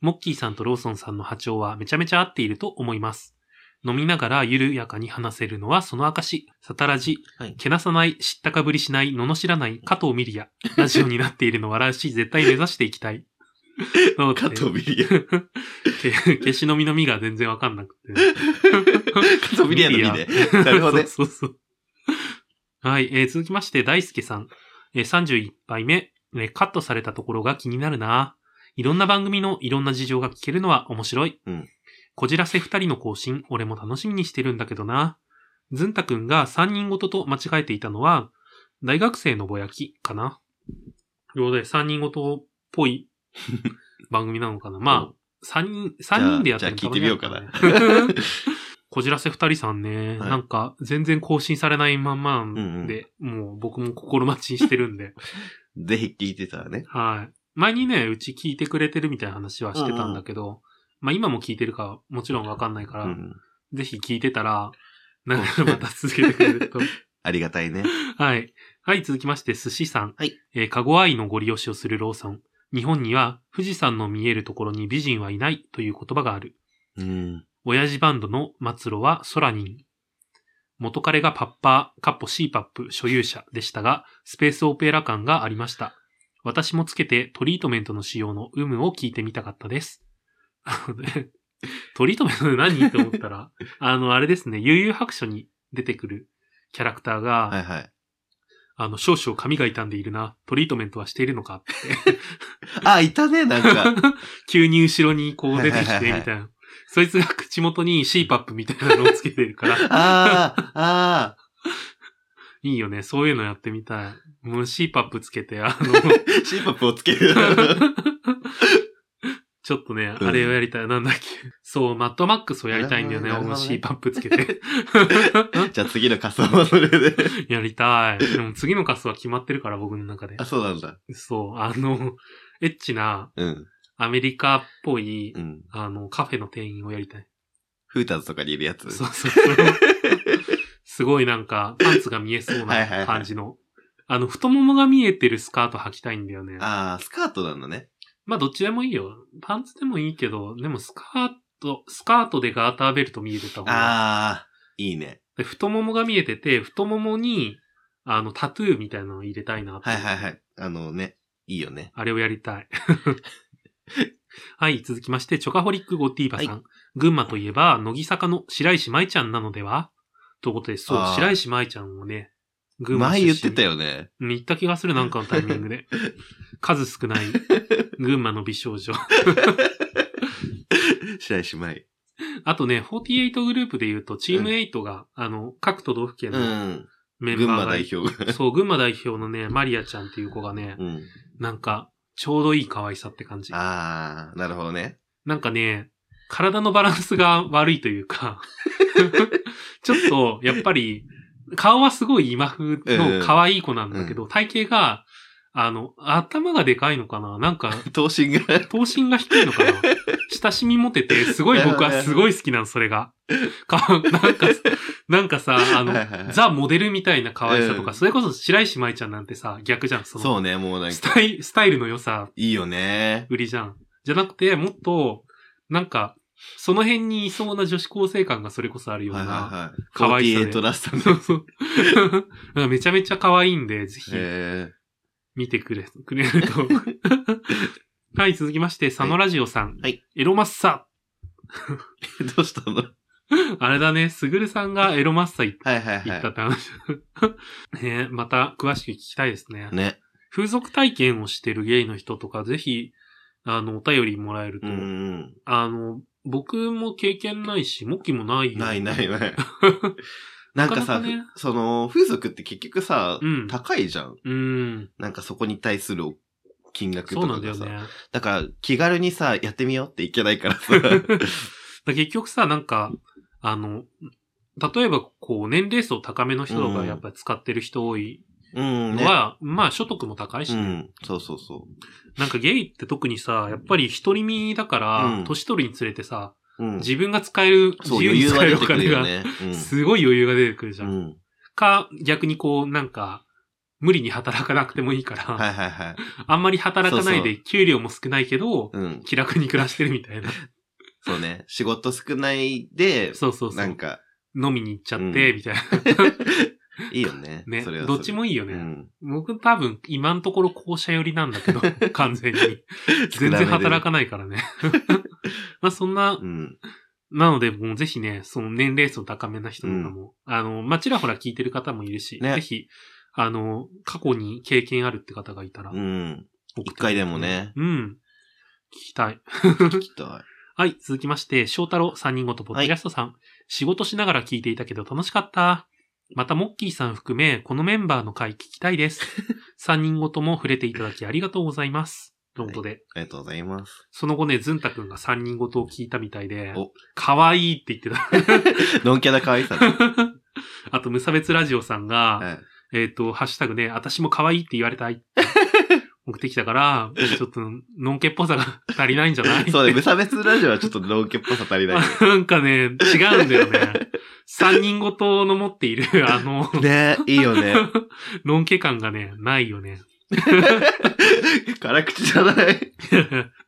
[SPEAKER 1] モッキーさんとローソンさんの波長はめちゃめちゃ合っていると思います。飲みながら緩やかに話せるのはその証、サタラジ、
[SPEAKER 2] はい
[SPEAKER 1] けなさない、知ったかぶりしない、罵らない、加藤ミリア、ラジオになっているの笑うし、絶対目指していきた い。そう
[SPEAKER 2] 加藤 ビリア。
[SPEAKER 1] け 消しのみのみが全然わかんなくて。
[SPEAKER 2] 加藤ビリアのミで。 なるほど ね
[SPEAKER 1] そうそうそう。はい、えー続きまして、大輔さん。えー31杯目、えーカットされたところが気になるな。いろんな番組のいろんな事情が聞けるのは面白い。
[SPEAKER 2] うん
[SPEAKER 1] こじらせ二人の更新、俺も楽しみにしてるんだけどな。ずんたくんが三人ごとと間違えていたのは、大学生のぼやきかな。ということで、三人ごとっぽい番組なのかな。まあ、三人、三人でやっても
[SPEAKER 2] じゃあじゃあ聞いてみようかな
[SPEAKER 1] たまにあるからね。 こじらせ二人さんね、
[SPEAKER 2] はい
[SPEAKER 1] なんか全然更新されないまんまなんで、もう僕も心待ちにしてる んで。
[SPEAKER 2] ぜひ聞いてたらね。
[SPEAKER 1] はい。前にね、うち聞いてくれてるみたいな話はしてたんだけど、まあ今も聞いてるかもちろんわかんないから、
[SPEAKER 2] うん。
[SPEAKER 1] ぜひ聞いてたら、なんかまた続けてくれ ると。
[SPEAKER 2] ありがたいね。
[SPEAKER 1] はい。はい、続きまして、寿司さん。
[SPEAKER 2] はい。
[SPEAKER 1] えー、かご愛のご利用しをするローソン。日本には富士山の見えるところに美人はいないという言葉がある。
[SPEAKER 2] うん。
[SPEAKER 1] 親父バンドの末路はソラニン。元彼がパッパー、カッポ C パップ所有者でしたが、スペースオペラ感がありました。私もつけてトリートメントの使用の有無を聞いてみたかったです。 なのでトリートメント何と思った ら、あの、あれですね、悠々白書に出てくるキャラクターが、
[SPEAKER 2] はいはい。
[SPEAKER 1] あの、少々髪が傷んでいるな、トリートメントはしているのかって。
[SPEAKER 2] あ、いたね、なんか。
[SPEAKER 1] 急に後ろにこう出てき
[SPEAKER 2] はいはい
[SPEAKER 1] て、
[SPEAKER 2] はい
[SPEAKER 1] みたいな。そいつが口元に CPAP みたいなのをつけてるから、
[SPEAKER 2] ああ、ああ。
[SPEAKER 1] いいよね。そういうのやってみたい。もう CPAP つけて、あ の、
[SPEAKER 2] シーパップをつけ る。
[SPEAKER 1] ちょっとね、
[SPEAKER 2] うん
[SPEAKER 1] あれをやりたい。なんだっけ。そう、マットマックスをやりたいんだよね。
[SPEAKER 2] なるほ
[SPEAKER 1] もう
[SPEAKER 2] どね
[SPEAKER 1] CPAP つけ て。
[SPEAKER 2] じゃあ次の仮装はそれで。
[SPEAKER 1] やりたい。でも次のカスは決まってるから、僕の中で
[SPEAKER 2] あ、。そうなんだ。
[SPEAKER 1] そう、あの、エッチな
[SPEAKER 2] うん。
[SPEAKER 1] アメリカっぽい、
[SPEAKER 2] うん。
[SPEAKER 1] あの、カフェの店員をやりたい。
[SPEAKER 2] フーターズとかにいるやつ。
[SPEAKER 1] そうそうそう。すごいなんか、パンツが見えそう
[SPEAKER 2] はいはいは
[SPEAKER 1] ない感じのあの、太ももが見えてるスカート履きたいんだよね。
[SPEAKER 2] ああ、スカートなんだね。
[SPEAKER 1] まあ、どっちでもいいよ。パンツでもいいけど、でもスカート、スカートでガーターベルト見えてた方が。
[SPEAKER 2] ああ、いいね。
[SPEAKER 1] で太ももが見えてて、太ももに、あの、タトゥーみたいなのを入れたいなって
[SPEAKER 2] はいはいはい。あのね、いいよね。
[SPEAKER 1] あれをやりたい。 はい、続きまして、チョカホリックゴティーバさん。
[SPEAKER 2] は
[SPEAKER 1] 群馬といえば、乃木坂の白石舞ちゃんなのではということで、そう
[SPEAKER 2] あ、ー
[SPEAKER 1] 白石舞ちゃんをね、群馬出
[SPEAKER 2] 前
[SPEAKER 1] 身
[SPEAKER 2] 言ってた よね。
[SPEAKER 1] うん言った気がする、なんかのタイミング で。数少ない、群馬の美少女。
[SPEAKER 2] 白石舞。
[SPEAKER 1] あとね、48グループで言うと、チーム8が、あの、各都道府県
[SPEAKER 2] う
[SPEAKER 1] の
[SPEAKER 2] ん。
[SPEAKER 1] メン
[SPEAKER 2] 群
[SPEAKER 1] バー
[SPEAKER 2] 馬
[SPEAKER 1] が、
[SPEAKER 2] 代表が。
[SPEAKER 1] そう、群馬代表のね、マリアちゃんっていう子がね、
[SPEAKER 2] うん。
[SPEAKER 1] なんか、ちょうどいい可愛さって感じ。
[SPEAKER 2] ああ、なるほどね。
[SPEAKER 1] なんかね、体のバランスが悪いという か、ちょっと、やっぱり、顔はすごい今風の可愛い子なんだけど、体型が、あの、頭がでかいのかななんか、
[SPEAKER 2] 頭身が。
[SPEAKER 1] 頭身が低いのか な親しみ持てて、すごい僕はすごい好きなの、それが。かなんか、なんかさ、あの
[SPEAKER 2] はいはいは、い
[SPEAKER 1] ザ・モデルみたいな可愛さと
[SPEAKER 2] う
[SPEAKER 1] か、
[SPEAKER 2] ん
[SPEAKER 1] それこそ白石舞ちゃんなんてさ、逆じゃん、その、
[SPEAKER 2] そうね、もうなん
[SPEAKER 1] ス
[SPEAKER 2] か、
[SPEAKER 1] タイスタイルの良さ、
[SPEAKER 2] いいよね。
[SPEAKER 1] 売りじゃん。じゃなくて、もっと、なんか、その辺にいそうな女子高生感がそれこそあるよう
[SPEAKER 2] はい
[SPEAKER 1] な。
[SPEAKER 2] はいはい。
[SPEAKER 1] 可愛さで
[SPEAKER 2] 48ラスト
[SPEAKER 1] そ
[SPEAKER 2] ね
[SPEAKER 1] う。そう。なんかめちゃめちゃ可愛いんで、ぜひ
[SPEAKER 2] へ
[SPEAKER 1] 見てくれ、くれる と。はい、続きまして、佐野ラジオさん。
[SPEAKER 2] はい
[SPEAKER 1] エロマッサ。
[SPEAKER 2] え。 どうし たの
[SPEAKER 1] あれだね、すぐるさんがエロマッサ行っ
[SPEAKER 2] はいはい
[SPEAKER 1] 行った
[SPEAKER 2] は
[SPEAKER 1] って話。 ねまた詳しく聞きたいですね。
[SPEAKER 2] い。ね。
[SPEAKER 1] 風俗体験をしてるゲイの人とか、ぜひ、あの、お便りもらえる
[SPEAKER 2] う
[SPEAKER 1] と、
[SPEAKER 2] ん。
[SPEAKER 1] あの、僕も経験ないし、モッキーもないよ。
[SPEAKER 2] ないな いない。なん
[SPEAKER 1] なか
[SPEAKER 2] かさ、
[SPEAKER 1] なかね
[SPEAKER 2] その、風俗って結局さ、
[SPEAKER 1] うん
[SPEAKER 2] 高いじゃん。
[SPEAKER 1] うん。
[SPEAKER 2] なんかそこに対する金額と
[SPEAKER 1] そうな
[SPEAKER 2] か
[SPEAKER 1] んだよ
[SPEAKER 2] がさ。だ
[SPEAKER 1] ね。
[SPEAKER 2] から気軽にさ、やってみようっていけないからさ。
[SPEAKER 1] だから結局さ、なんか、あの、例えばこう、年齢層高めの人と
[SPEAKER 2] う
[SPEAKER 1] か
[SPEAKER 2] ん
[SPEAKER 1] やっぱり使ってる人多い
[SPEAKER 2] うん、
[SPEAKER 1] の
[SPEAKER 2] ね。
[SPEAKER 1] は、まあ所得も高いし
[SPEAKER 2] う
[SPEAKER 1] ね、
[SPEAKER 2] ん、そうそうそ
[SPEAKER 1] なんかゲイって特にさ、やっぱり一人身だから、
[SPEAKER 2] うん
[SPEAKER 1] 年取るにつれてさ、
[SPEAKER 2] う。うん。
[SPEAKER 1] 自分が使える、
[SPEAKER 2] そう、
[SPEAKER 1] 自由
[SPEAKER 2] 余
[SPEAKER 1] に
[SPEAKER 2] 裕
[SPEAKER 1] 使
[SPEAKER 2] は
[SPEAKER 1] え
[SPEAKER 2] 出
[SPEAKER 1] るお
[SPEAKER 2] てくる
[SPEAKER 1] 金
[SPEAKER 2] よ
[SPEAKER 1] が、
[SPEAKER 2] ね。
[SPEAKER 1] すごい余裕が出てくるじ
[SPEAKER 2] う
[SPEAKER 1] ゃ
[SPEAKER 2] ん。
[SPEAKER 1] ん。
[SPEAKER 2] うん。
[SPEAKER 1] か、逆にこう、なんか、無理に働かなくてもいいから、
[SPEAKER 2] はいはいはい。
[SPEAKER 1] あんまり働かない
[SPEAKER 2] そう
[SPEAKER 1] で、給料も少ないけど、
[SPEAKER 2] うん。
[SPEAKER 1] 気楽に暮らしてるみたい な。
[SPEAKER 2] そうね。仕事少ないで、
[SPEAKER 1] そうそうそ
[SPEAKER 2] な。
[SPEAKER 1] うん
[SPEAKER 2] か、
[SPEAKER 1] 飲みに行っちゃって、
[SPEAKER 2] うん
[SPEAKER 1] みたい な。
[SPEAKER 2] いいよね。
[SPEAKER 1] ね。
[SPEAKER 2] それはそれ
[SPEAKER 1] どっちもいいよ
[SPEAKER 2] う
[SPEAKER 1] ね。
[SPEAKER 2] ん。
[SPEAKER 1] 僕多分、今のところ校舎寄りなんだ けど、完全に。全然働かないからね。 まあそんな
[SPEAKER 2] 少なめでね。うん。
[SPEAKER 1] なので、もうぜひね、その年齢層高めな人とかも、あの、まあ、ちらほら聞いてる方もいるし、
[SPEAKER 2] ね
[SPEAKER 1] ぜひ、あの、過去に経験あるって方がいたら、
[SPEAKER 2] うん。
[SPEAKER 1] 送って
[SPEAKER 2] 一回でもね
[SPEAKER 1] うん。聞きたい。
[SPEAKER 2] 聞きた
[SPEAKER 1] はい、続きまして、翔太郎三人ごとポッドキャストさん、仕事しながら聞いていたけど楽しかった。また、モッキーさん含め、このメンバーの回聞きたい です。三人ごとも触れていただきありがとうございます。ということで、
[SPEAKER 2] ありがとうございます。
[SPEAKER 1] その後ね、ずんたくんが三人ごとを聞いたみたいで
[SPEAKER 2] お、
[SPEAKER 1] 可愛いって言ってた。
[SPEAKER 2] ノンキャラ可愛さね。
[SPEAKER 1] あと、無差別ラジオさんが、
[SPEAKER 2] はい。
[SPEAKER 1] えっ、と、ハッシュタグね、私も可愛いって言われ たいって送ってきたから、ちょっと、のんけっぽさが 足りないんじゃない
[SPEAKER 2] そうね、
[SPEAKER 1] ね。
[SPEAKER 2] 無差別ラジオはちょっとノンケっぽさ足りない。
[SPEAKER 1] なんかね、違うんだよね。三人ごとの持っている、あの、
[SPEAKER 2] ねいいよね。
[SPEAKER 1] のんけ感がね、ないよね。
[SPEAKER 2] 辛口じゃない。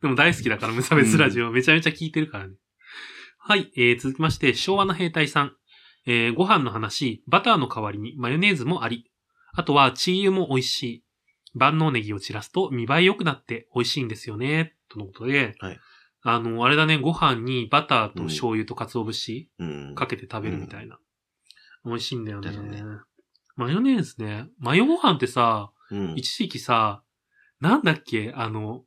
[SPEAKER 1] でも大好きだから、無差別ラジオ。めちゃめちゃ聞いてるからね。はい、えー続きまして、昭和の兵隊さん。えーご飯の話、バターの代わりにマヨネーズもあり。あとは、チー油も美味しい。万能ネギを散らすと見栄え良くなって美味しいんですよね。とのことで、
[SPEAKER 2] はい
[SPEAKER 1] あの、あれだね、ご飯にバターと醤油と鰹節
[SPEAKER 2] うん。
[SPEAKER 1] かけて食べるみたいな。美味しいんだよね。
[SPEAKER 2] だよね
[SPEAKER 1] マヨネーズね。マヨご飯ってさ、
[SPEAKER 2] うん
[SPEAKER 1] 一時期さ、なんだっけ、あの、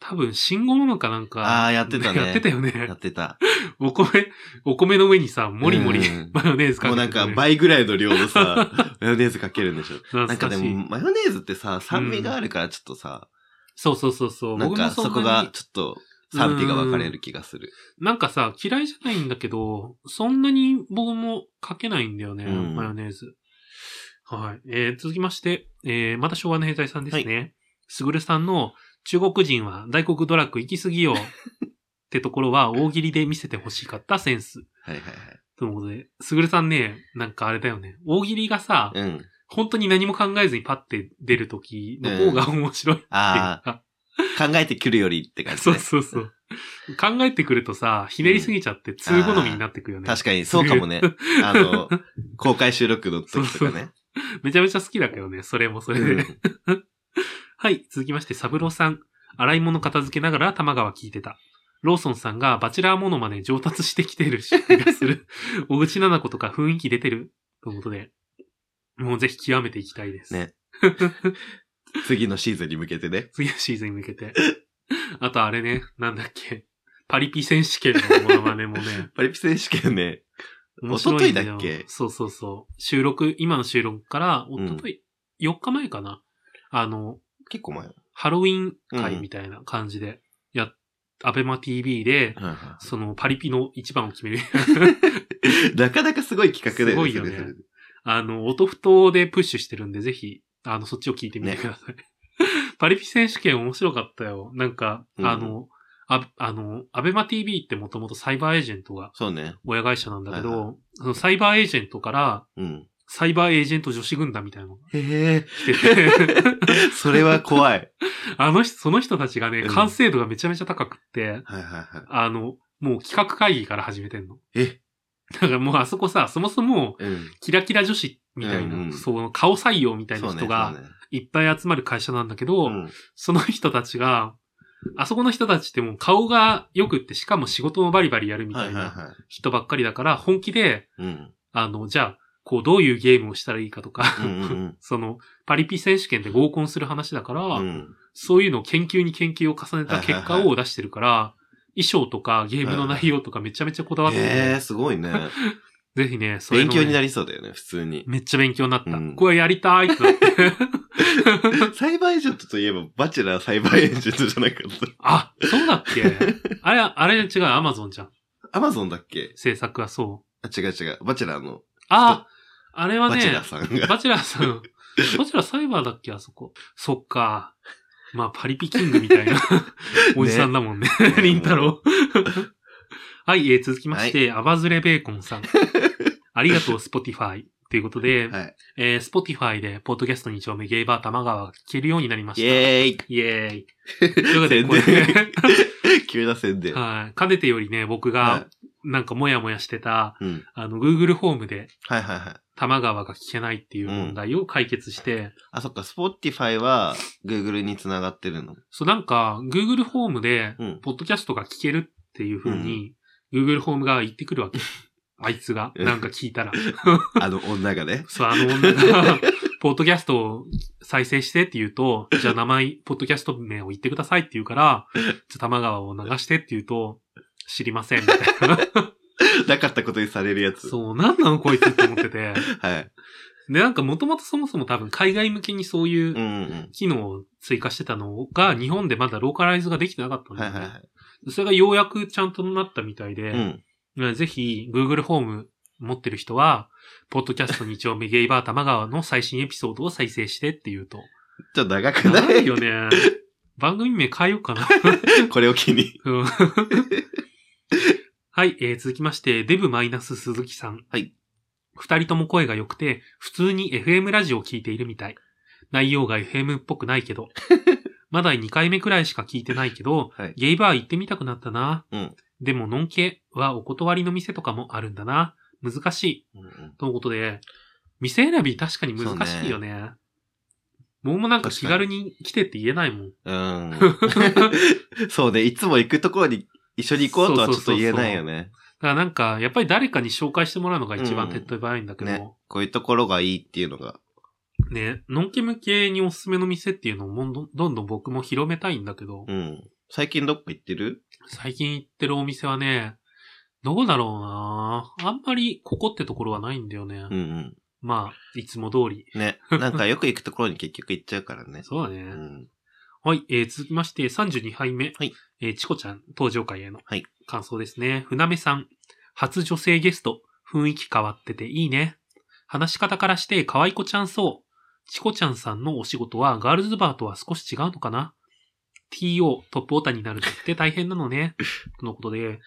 [SPEAKER 1] 多分、信号のかなんか。
[SPEAKER 2] あーやってたね
[SPEAKER 1] やってたよ
[SPEAKER 2] や
[SPEAKER 1] ね
[SPEAKER 2] っ。てた。
[SPEAKER 1] お米、お米の上にさ、もりもり
[SPEAKER 2] うん
[SPEAKER 1] マヨネーズかけて、ね、
[SPEAKER 2] もうなんか倍ぐらいの量のさ、 マヨネーズかけるんでしょ。な
[SPEAKER 1] 懐
[SPEAKER 2] んか
[SPEAKER 1] か
[SPEAKER 2] で
[SPEAKER 1] しい。
[SPEAKER 2] も、マヨネーズってさ、酸味があるからちょっとさ、
[SPEAKER 1] そうそうそうそう。
[SPEAKER 2] なんか
[SPEAKER 1] 僕も
[SPEAKER 2] そ
[SPEAKER 1] ん
[SPEAKER 2] こ
[SPEAKER 1] なに
[SPEAKER 2] がちょっと賛否が分かれる気がする。
[SPEAKER 1] なんかさ、嫌いじゃないんだけど、そんなに僕もかけないんだよね、
[SPEAKER 2] うん
[SPEAKER 1] マヨネーズ。はい。えー続きまして、えーまた昭和の兵隊さんですね。すぐるさんの中国人は大黒ドラッグ行き過ぎよってところは大喜利で見せてほしかったセンス。
[SPEAKER 2] はいはい
[SPEAKER 1] ということで、すぐるさんね、なんかあれだよね。大喜利がさ、
[SPEAKER 2] はい。うん。
[SPEAKER 1] 本当に何も考えずにパッて出るときの方が面白いっていう
[SPEAKER 2] あ
[SPEAKER 1] か。
[SPEAKER 2] あ、考えてくるよりって感じ
[SPEAKER 1] そう
[SPEAKER 2] ね。
[SPEAKER 1] そうそう。考えてくるとさ、ひねりすぎちゃって通好みになってくよね。
[SPEAKER 2] 確かに、そうかもね。あ の、公開収録の時とかね。
[SPEAKER 1] めちゃめちゃ好きだけどね、それもそれで。
[SPEAKER 2] うん
[SPEAKER 1] はい、続きまして、サブローさん。洗い物片付けながら玉川聞いてた。ローソンさんがバチェラーモノマネ上達してきてるし、気がす る。小口奈々子とか雰囲気出てるということで。もうぜひ極めていきたいです。
[SPEAKER 2] ね次のシーズンに向けてね。
[SPEAKER 1] 次のシーズンに向けて。 あとあれね、なんだっけ。パリピ選手権のモノマネ もね。
[SPEAKER 2] パリピ選手権ね。
[SPEAKER 1] 面白いんよ
[SPEAKER 2] 一昨日だっけ
[SPEAKER 1] そうそうそう。収録、今の収録から、
[SPEAKER 2] うん
[SPEAKER 1] 一昨日、4日前かな。あの、
[SPEAKER 2] 結構前。はい
[SPEAKER 1] ハロウィン会みたいな感じで、やっ、アベマ TV で、
[SPEAKER 2] は
[SPEAKER 1] そのパリピの一番を決める。
[SPEAKER 2] いなかなかすごい企画だ
[SPEAKER 1] す
[SPEAKER 2] よね。
[SPEAKER 1] ごいよね
[SPEAKER 2] それそれ
[SPEAKER 1] あの、音不当でプッシュしてるんで、ぜひ、あの、そっちを聞いてみてください。 パリピ選手権面白かったよ。なんか、
[SPEAKER 2] うん
[SPEAKER 1] あの、ああの、アベマ TV ってもともとサイバーエージェントが
[SPEAKER 2] そうね。
[SPEAKER 1] 親会社なんだけど、
[SPEAKER 2] はい
[SPEAKER 1] そのサイバーエージェントから、
[SPEAKER 2] うん。
[SPEAKER 1] サイバーエージェント女子軍団みたいな のが
[SPEAKER 2] へえ。
[SPEAKER 1] 来てて、
[SPEAKER 2] それは 怖い。
[SPEAKER 1] あの人、その人たちがね、
[SPEAKER 2] うん
[SPEAKER 1] 完成度がめちゃめちゃ高くって、
[SPEAKER 2] はいはいはい。
[SPEAKER 1] あの、もう企画会議から始めてんの。
[SPEAKER 2] え
[SPEAKER 1] だからもうあそこさ、そもそも、
[SPEAKER 2] うん。
[SPEAKER 1] キラキラ女子みたいな、
[SPEAKER 2] うんうん
[SPEAKER 1] その顔採用みたいな
[SPEAKER 2] そうね。
[SPEAKER 1] 人が
[SPEAKER 2] そうね
[SPEAKER 1] いっぱい集まる会社なんだけど、
[SPEAKER 2] うん
[SPEAKER 1] その人たちが、あそこの人たちってもう顔が良くって、しかも仕事もバリバリやるみ
[SPEAKER 2] は
[SPEAKER 1] た
[SPEAKER 2] い
[SPEAKER 1] い
[SPEAKER 2] はい
[SPEAKER 1] な
[SPEAKER 2] は
[SPEAKER 1] 人ばっかりだから、本気で、
[SPEAKER 2] い。うん。
[SPEAKER 1] あの、じゃあ、こう、どういうゲームをしたらいいかとか、
[SPEAKER 2] うんうん
[SPEAKER 1] その、パリピ選手権で合コンする話だから、
[SPEAKER 2] うん。うん
[SPEAKER 1] そういうのを研究に研究を重ねた結
[SPEAKER 2] は
[SPEAKER 1] 果
[SPEAKER 2] いはい
[SPEAKER 1] を出してるから、衣装とかゲームの内容とかめちゃめちゃこだわってるん
[SPEAKER 2] へえ、
[SPEAKER 1] で、
[SPEAKER 2] すごいね。
[SPEAKER 1] ぜひ ね、それ
[SPEAKER 2] 勉強にな
[SPEAKER 1] り
[SPEAKER 2] りそうだよね、普通 に。
[SPEAKER 1] めっちゃ勉強になった。
[SPEAKER 2] うん
[SPEAKER 1] これやりたいってなって。
[SPEAKER 2] サイバーエージェントといえば、バチェラーサイバーエージェントじゃなかっ
[SPEAKER 1] あ、そうだっけあれ、あれ違う、アマゾンじゃん。
[SPEAKER 2] た。アマゾンだっけ
[SPEAKER 1] 制作はそう。
[SPEAKER 2] あ、違う違う。バチェラーの、
[SPEAKER 1] あ、あれはね、
[SPEAKER 2] バチェラーさんが。
[SPEAKER 1] バチェラーさ ん。バチェラーサイバーだっけあそこ。そっか。まあ、パリピキングみたい なおじさんだもんね。
[SPEAKER 2] ね
[SPEAKER 1] りんたろう。はい、えー続きまして、アバズレベーコンさ ん。ありがとう、スポティファイ。ということで、
[SPEAKER 2] はい。
[SPEAKER 1] えー、スポティファイで、ポッドキャスト2丁目ゲイバー玉川が聞けるようになりまし
[SPEAKER 2] イ
[SPEAKER 1] た。
[SPEAKER 2] ェーイ
[SPEAKER 1] イエーイ。 ということで、
[SPEAKER 2] 宣
[SPEAKER 1] これね
[SPEAKER 2] 伝。急な宣 伝。
[SPEAKER 1] はい。かねてよりね、僕
[SPEAKER 2] は
[SPEAKER 1] が、なんかもやもやしてた、
[SPEAKER 2] い。うん。
[SPEAKER 1] あの、Google ホームで、
[SPEAKER 2] はいはいはい。
[SPEAKER 1] 玉川が聞けないっていう問題を解決して、
[SPEAKER 2] あ、そっか、Spotify は Google に繋がってるの。
[SPEAKER 1] そう、なんか、Google ホームで
[SPEAKER 2] うん、
[SPEAKER 1] ポッドキャストが聞けるっていう風に、Google ホームが言ってくるわけ。あいつが、
[SPEAKER 2] うん
[SPEAKER 1] なんか聞いたら。
[SPEAKER 2] あの女がね。
[SPEAKER 1] そう、あの女が、ポッドキャストを再生してって言うと、じゃあ名前、ポッドキャスト名を言ってくださいって言うから、じゃあ玉川を流してって言うと、知りません、みたいな。
[SPEAKER 2] なかったことにされるやつ。
[SPEAKER 1] そう、なんなのこいつって思ってて。
[SPEAKER 2] はい。
[SPEAKER 1] で、なんかもともとそもそも多分海外向けにそういうう
[SPEAKER 2] う
[SPEAKER 1] ん
[SPEAKER 2] うん
[SPEAKER 1] 機能を追加してたのが、日本でまだローカライズができてなかった
[SPEAKER 2] うんん。
[SPEAKER 1] だ
[SPEAKER 2] はい
[SPEAKER 1] よ
[SPEAKER 2] はい
[SPEAKER 1] ね。
[SPEAKER 2] は
[SPEAKER 1] それがようやくちゃんとなったみたい
[SPEAKER 2] い。う
[SPEAKER 1] で、
[SPEAKER 2] ん。
[SPEAKER 1] ぜひ Google ホーム持ってる人は、ポッドキャスト2丁目ゲイバー玉川の最新エピソードを再生してって言うと。
[SPEAKER 2] ちょっと長く な
[SPEAKER 1] ないいよね。番組名変えようかな。
[SPEAKER 2] これを機に。
[SPEAKER 1] うんはい、えー続きまして、デブマイナス鈴木さん。
[SPEAKER 2] はい。
[SPEAKER 1] 二人とも声が良くて、普通に FM ラジオを聞いているみたい。内容が FM っぽくないけ ど。まだ2回目くらいしか聞いてないけど、
[SPEAKER 2] はい
[SPEAKER 1] ゲイバー行ってみたくなったな。
[SPEAKER 2] うん
[SPEAKER 1] でも、ノンケはお断りの店とかもあるんだな。難しい。ということで、店選び確かに難しいよね。もうもなんか気軽に来てって言えないもん。
[SPEAKER 2] うん。 そうね、いつも行くところに一緒に行こうとはちょっと言えないよね。
[SPEAKER 1] だからなんか、やっぱり誰かに紹介してもらうのが一番手っ取り早いんだけど、
[SPEAKER 2] ねこういうところがいいっていうのが。
[SPEAKER 1] ね、のんき向けにおすすめの店っていうのをもんどんどんどん僕も広めたいんだけど、
[SPEAKER 2] うん。最近どっか行ってる
[SPEAKER 1] 最近行ってるお店はね、どうだろうなあんまりここってところはないんだよね。
[SPEAKER 2] うん
[SPEAKER 1] まあ、いつも通り。
[SPEAKER 2] うん。 ね。なんかよく行くところに結局行っちゃうからね。
[SPEAKER 1] そうだね。
[SPEAKER 2] うん。
[SPEAKER 1] はい、えー続きまして32杯目。
[SPEAKER 2] はい
[SPEAKER 1] えーチコちゃん登場会への
[SPEAKER 2] はい
[SPEAKER 1] 感想ですね。船目さん、初女性ゲスト、雰囲気変わってていいね。話し方からして可愛い子ちゃんそう。チコちゃんさんのお仕事はガールズバーとは少し違うのかな ?TO、トップオータになるって大変なのね。とのことで。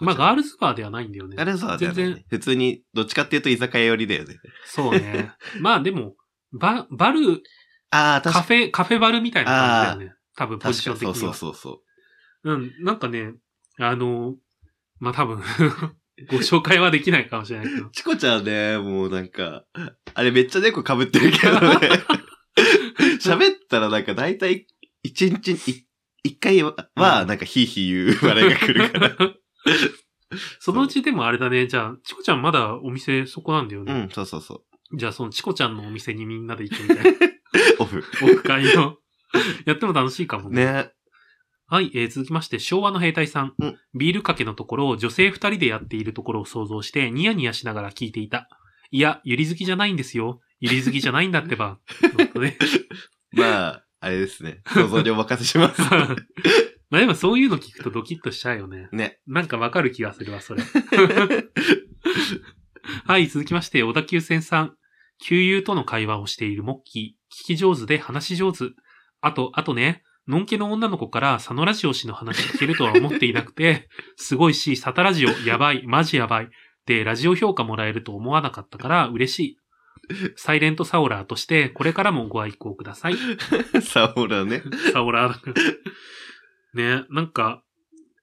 [SPEAKER 1] まあ、ガールズバーではないんだよね。
[SPEAKER 2] あれさ、全
[SPEAKER 1] 全
[SPEAKER 2] 然
[SPEAKER 1] 然、
[SPEAKER 2] 普通に、どっちかっていうと居酒屋寄りだよね。
[SPEAKER 1] そうね。まあでも、バ、バル、
[SPEAKER 2] ああ、
[SPEAKER 1] カ
[SPEAKER 2] 確か
[SPEAKER 1] フェ、カフェバルみたいな感じだよね。多分、ポジ
[SPEAKER 2] 確
[SPEAKER 1] シ
[SPEAKER 2] か
[SPEAKER 1] ョン
[SPEAKER 2] に。
[SPEAKER 1] 的に
[SPEAKER 2] そ
[SPEAKER 1] は。
[SPEAKER 2] うそうそうそう。
[SPEAKER 1] うん、なんかね、あの、まあ、多分、 ご紹介はできないかもしれないけど。
[SPEAKER 2] チコちゃんね、もうなんか、あれめっちゃ猫被ってるけ どね。喋ったらなんか大体、一日にい、一回は、
[SPEAKER 1] うん
[SPEAKER 2] なんかヒーヒー言う笑いが来 るから。
[SPEAKER 1] そのうちでもあれだね、じゃあ、チコちゃんまだお店そこなんだよ
[SPEAKER 2] う
[SPEAKER 1] ね。
[SPEAKER 2] ん、そうそうそう。
[SPEAKER 1] じゃあ、そのチコちゃんのお店にみんなで行くみ たいな、
[SPEAKER 2] オフ。
[SPEAKER 1] オフ会をやっても楽しいかもね。
[SPEAKER 2] ね。
[SPEAKER 1] はい、えー続きまして、昭和の兵隊さん。
[SPEAKER 2] うん
[SPEAKER 1] ビールかけのところを女性二人でやっているところを想像して、ニヤニヤしながら聞いていた。いや、ゆり好きじゃないんですよ。ゆり好きじゃないんだって ば。のことね
[SPEAKER 2] まあ、あれですね。想像にお任せします。
[SPEAKER 1] まあでもそういうの聞くとドキッとしちゃうよね。
[SPEAKER 2] ね。
[SPEAKER 1] なんかわかる気がするわ、それ。はい、続きまして、小田急線さん。旧友との会話をしているモッキー。聞き上手で話し上手。あと、あとね、のんけの女の子から佐野ラジオ氏の話聞けるとは思っていなくて、 すごいし、サタラジオ、やばい、マジやばい。で、ラジオ評価もらえると思わなかったから嬉しい。サイレントサオラーとして、これからもご愛好ください。
[SPEAKER 2] サオラね。
[SPEAKER 1] サオラー。ね、なんか、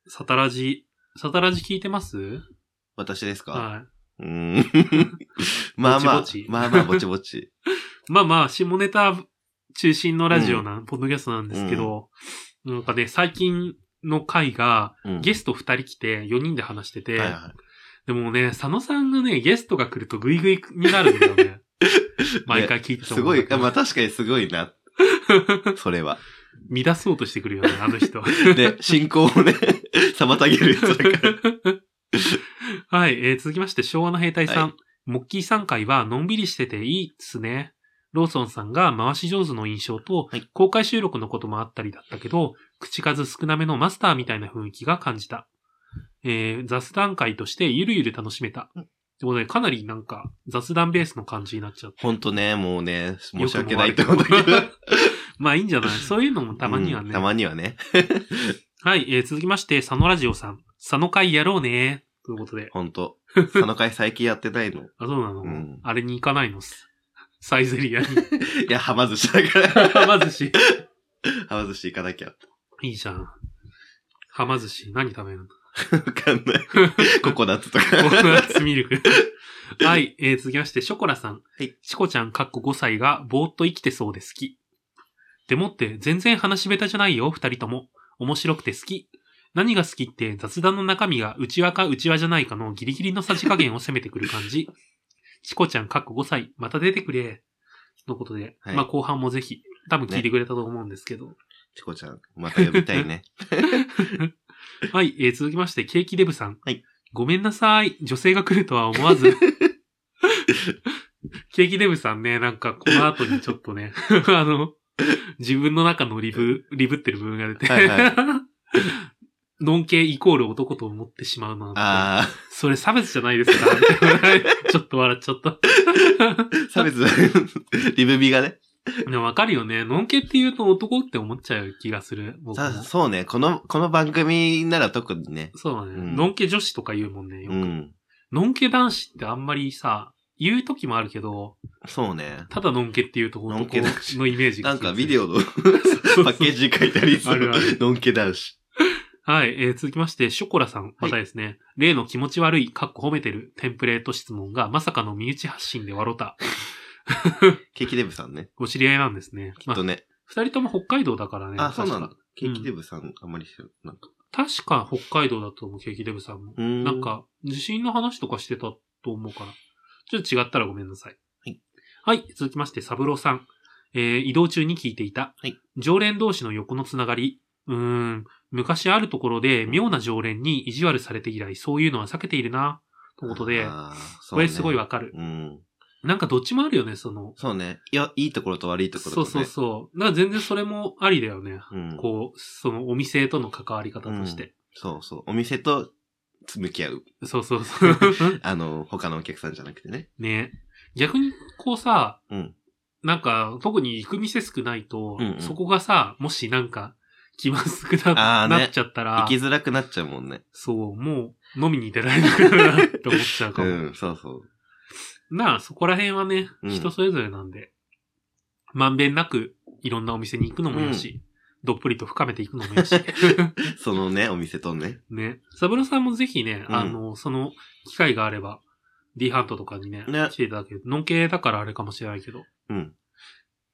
[SPEAKER 1] サタラジ、サタラジ聞いてます
[SPEAKER 2] 私ですか
[SPEAKER 1] は
[SPEAKER 2] うーん。 まあまあ
[SPEAKER 1] ぼちぼち、
[SPEAKER 2] まあまあ、ぼちぼち。
[SPEAKER 1] い。まあまあ、下ネタ中心のラジオな、ポッドキャストなんですけど、なんかね、最近の回が、
[SPEAKER 2] うん
[SPEAKER 1] ゲスト二人来て、4人で話してて、
[SPEAKER 2] はいは
[SPEAKER 1] でもね、佐野さんがね、ゲストが来るとグイグイになるんだよ ね。毎回聞い
[SPEAKER 2] い
[SPEAKER 1] てても
[SPEAKER 2] すごい、
[SPEAKER 1] なん
[SPEAKER 2] ま
[SPEAKER 1] か
[SPEAKER 2] あ確かにすご いな。それは。
[SPEAKER 1] 乱そうとしてくるよね、あの人。
[SPEAKER 2] で、進行をね、 妨げる人だから。
[SPEAKER 1] はい、えー続きまして、昭和の兵隊さん。
[SPEAKER 2] は
[SPEAKER 1] モッキーさん会はのんびりしてていいっすね。ローソンさんが回し上手の印象と、
[SPEAKER 2] はい
[SPEAKER 1] 公開収録のこともあったりだったけど、口数少なめのマスターみたいな雰囲気が感じた。えー雑談会としてゆるゆる楽しめた。ということで、かなりなんか雑談ベースの感じになっちゃった。
[SPEAKER 2] ほんとね、もうね、申し訳
[SPEAKER 1] 良くも
[SPEAKER 2] な
[SPEAKER 1] 悪
[SPEAKER 2] い
[SPEAKER 1] く
[SPEAKER 2] と
[SPEAKER 1] も
[SPEAKER 2] 思うんだけど。
[SPEAKER 1] まあいいん じゃないそういうのもたまにはね。
[SPEAKER 2] うんたまにはね。
[SPEAKER 1] はい、えー続きまして、佐野ラジオさん。佐野会やろうね。ということで。
[SPEAKER 2] ほんと。その回最近やって ないの。い
[SPEAKER 1] あ、そうなの、
[SPEAKER 2] うん
[SPEAKER 1] あれに行かないのっす。サイゼリアに。
[SPEAKER 2] や、はま寿司だから。
[SPEAKER 1] はま寿司。
[SPEAKER 2] はま寿司行かなきゃ。
[SPEAKER 1] いいじゃん。はま寿司。何食べるの
[SPEAKER 2] わかんない。ココナッツとか。
[SPEAKER 1] ココナッツミルク。はい、えー、続きまして、ショコラさん。
[SPEAKER 2] はい。
[SPEAKER 1] チコちゃん、かっこ5歳が、ぼーっと生きてそうで好き。でもって、全然話下手じゃないよ、二人とも。面白くて好き。何が好きって、雑談の中身が、内輪か内輪じゃないかのギリギリのさじ加減を攻めてくる感じ。チコちゃん、かっこ5歳、また出てくれ。のことで、
[SPEAKER 2] はい
[SPEAKER 1] まあ後半もぜひ、多分聞いてくれたと思うんですけど。
[SPEAKER 2] チコちゃん、また呼びた いね。
[SPEAKER 1] はい、えー続きまして、ケーキデブさん。
[SPEAKER 2] はい
[SPEAKER 1] ごめんなさい。女性が来るとは思わ ず。ケーキデブさんね、なんか、この後にちょっとね、 あの、自分の中のリブ、リブってる部分が出て、
[SPEAKER 2] はいは
[SPEAKER 1] ノン系イコール男と思ってしまうなんて。
[SPEAKER 2] あ
[SPEAKER 1] それ差別じゃないですか みたいなちょっと笑っちゃった。
[SPEAKER 2] ー、差別、リブビがね。
[SPEAKER 1] でもわかるよね。ノン系って言うと男って思っちゃう気がする。僕も
[SPEAKER 2] さそうね、この、この番組なら特にね。
[SPEAKER 1] そうだね。
[SPEAKER 2] うん
[SPEAKER 1] ノン系女子とか言うもんね、よ
[SPEAKER 2] う
[SPEAKER 1] く。
[SPEAKER 2] ん。
[SPEAKER 1] ノンケ男子ってあんまりさ、言う時もあるけど、
[SPEAKER 2] そうね。
[SPEAKER 1] ただノンケっていうと
[SPEAKER 2] ノンケ
[SPEAKER 1] 男
[SPEAKER 2] 男子
[SPEAKER 1] のイメージが
[SPEAKER 2] なんかビデ
[SPEAKER 1] オ
[SPEAKER 2] オのパ
[SPEAKER 1] パ
[SPEAKER 2] ッケージ書いてありそ
[SPEAKER 1] あるあ
[SPEAKER 2] う
[SPEAKER 1] る。
[SPEAKER 2] のんけ男子。
[SPEAKER 1] はい、えー続きまして、ショコラさん、またですね、例の気持ち悪い、かっこ褒めてるテンプレート質問がまさかの身内発信で笑った。
[SPEAKER 2] ケーキデブさんね。
[SPEAKER 1] ご知り合いなんですね。
[SPEAKER 2] きっと
[SPEAKER 1] まあ、
[SPEAKER 2] ね。
[SPEAKER 1] 二人とも北海道だからね。
[SPEAKER 2] あ、そうなんだ
[SPEAKER 1] 確か。
[SPEAKER 2] ケーキデブさん、あんまり知らなんか。
[SPEAKER 1] 確か北海道だと思う、ケーキデブさんも。な
[SPEAKER 2] な
[SPEAKER 1] ん、か、地震の話とかしてたと思うから。ちょっと違ったらごめんなさい。
[SPEAKER 2] はい。
[SPEAKER 1] はい、続きまして、サブローさん。えー、移動中に聞いていた。
[SPEAKER 2] はい。
[SPEAKER 1] 常連同士の横のつながり。うーん、昔あるところで妙な常連に意地悪されて以来、そういうのは避けているな。ということで、
[SPEAKER 2] あー、そ
[SPEAKER 1] こ
[SPEAKER 2] うね
[SPEAKER 1] れすごい。わかる。
[SPEAKER 2] うん。
[SPEAKER 1] なんかどっちもあるよね、その。
[SPEAKER 2] そうね。いや、いいところと悪いところと
[SPEAKER 1] そ
[SPEAKER 2] ね。
[SPEAKER 1] うそうそう。だから全然それもありだよね。
[SPEAKER 2] うん
[SPEAKER 1] こう、そのお店との関わり方として。
[SPEAKER 2] そうそう。お店と向き合う。
[SPEAKER 1] そうそうそう。
[SPEAKER 2] あの、他のお客さんじゃなくてね。
[SPEAKER 1] ね。逆に、こうさ、
[SPEAKER 2] うん
[SPEAKER 1] なんか、特に行く店少ないと、
[SPEAKER 2] うんうん
[SPEAKER 1] そこがさ、もしなんか、気まずくな,、
[SPEAKER 2] あーね
[SPEAKER 1] なっちゃった
[SPEAKER 2] 行
[SPEAKER 1] ら
[SPEAKER 2] き、づらくなっちゃうもんね。
[SPEAKER 1] そう、もう飲みに出られなくなるなって 思っちゃう
[SPEAKER 2] う
[SPEAKER 1] かも。
[SPEAKER 2] ん、そうそう。
[SPEAKER 1] なあ、そこら辺はね、
[SPEAKER 2] うん
[SPEAKER 1] 人それぞれなんで、まんべんなくいろんなお店に行くのもよし、どっぷりと深めていくのも よし。
[SPEAKER 2] そのね、お店と ね。
[SPEAKER 1] ね。サブロさんもぜひね、
[SPEAKER 2] うん
[SPEAKER 1] あの、その機会があれば、D ハントとかにね、
[SPEAKER 2] ね
[SPEAKER 1] 来ていただける。ノン系だからあれかもしれないけど。
[SPEAKER 2] うん。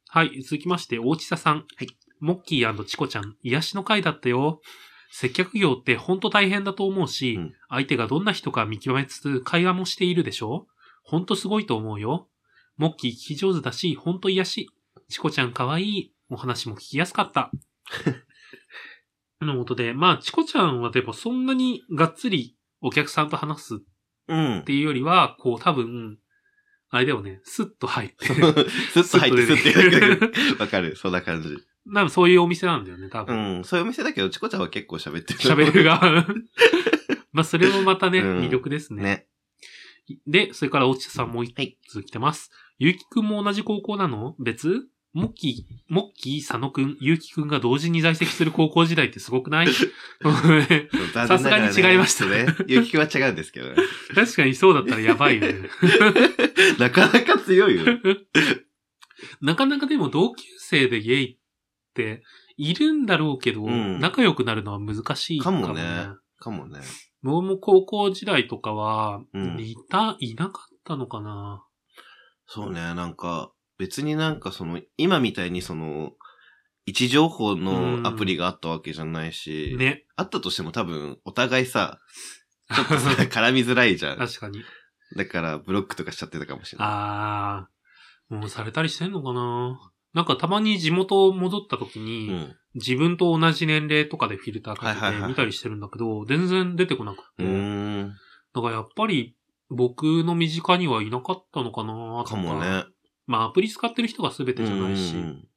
[SPEAKER 1] はい、続きまして、大地佐さん。
[SPEAKER 2] はい。
[SPEAKER 1] モッキーチコちゃん、癒しの会だったよ。接客業ってほんと大変だと思うし、
[SPEAKER 2] うん
[SPEAKER 1] 相手がどんな人か見極めつつ会話もしているでしょほんとすごいと思うよ。モッキー聞き上手だし、ほんと癒し。チコちゃんかわいい。お話も聞きやすか った。のことで、まあ、チコちゃんはでもそんなにがっつりお客さんと話すっ
[SPEAKER 2] うん。
[SPEAKER 1] ていうよりは、こう多分、あれだよね、スッと入って。
[SPEAKER 2] スッと入って、スッ
[SPEAKER 1] スッと
[SPEAKER 2] て
[SPEAKER 1] 出て
[SPEAKER 2] 出てくる。わかる。そんな感じ。
[SPEAKER 1] なんかそういうお店なんだよね、多
[SPEAKER 2] う
[SPEAKER 1] 分。
[SPEAKER 2] ん。そういうお店だけど、チコちゃんは結構喋ってる。
[SPEAKER 1] 喋る が。まあ、それもまたね、
[SPEAKER 2] うん
[SPEAKER 1] 魅力ですね。
[SPEAKER 2] ね。
[SPEAKER 1] で、それから、落ちさんも一
[SPEAKER 2] はい
[SPEAKER 1] 続きてます。ゆうきくんも同じ高校なの別モッキー、モッキー、佐野くん、ゆうきくんが同時に在籍する高校時代ってすごくない
[SPEAKER 2] 残念ながらね
[SPEAKER 1] さすがに違いました
[SPEAKER 2] ね。ゆきは違うんですけどね。
[SPEAKER 1] 確かにそうだったらやばいよ ね。
[SPEAKER 2] なかなか強いよ。
[SPEAKER 1] なかなかでも同級生でゲイっているんだろうけど、
[SPEAKER 2] うん
[SPEAKER 1] 仲良くなるのは難しいかもね。
[SPEAKER 2] かもねかもね。
[SPEAKER 1] 僕も高校時代とかは、
[SPEAKER 2] うん
[SPEAKER 1] いた、いなかったのかな
[SPEAKER 2] そうね、なんか、別になんかその、今みたいにその、位置情報のアプリがあったわけじゃないし、
[SPEAKER 1] ね。
[SPEAKER 2] あったとしても多分、お互いさ、ちょっ とさ、絡みづらいじゃん。
[SPEAKER 1] 確かに。
[SPEAKER 2] だから、ブロックとかしちゃってたかもしれない。
[SPEAKER 1] あー、もうされたりしてんのかななんかたまに地元戻った時に、
[SPEAKER 2] うん。
[SPEAKER 1] 自分と同じ年齢とかでフィルターか
[SPEAKER 2] はいは
[SPEAKER 1] け
[SPEAKER 2] い
[SPEAKER 1] て
[SPEAKER 2] はい
[SPEAKER 1] 見たりしてるんだけど、全然出てこなくて。
[SPEAKER 2] うーん。
[SPEAKER 1] だからやっぱり僕の身近にはいなかったのかなと
[SPEAKER 2] かもね。
[SPEAKER 1] まあアプリ使ってる人が全てじゃないし、
[SPEAKER 2] うん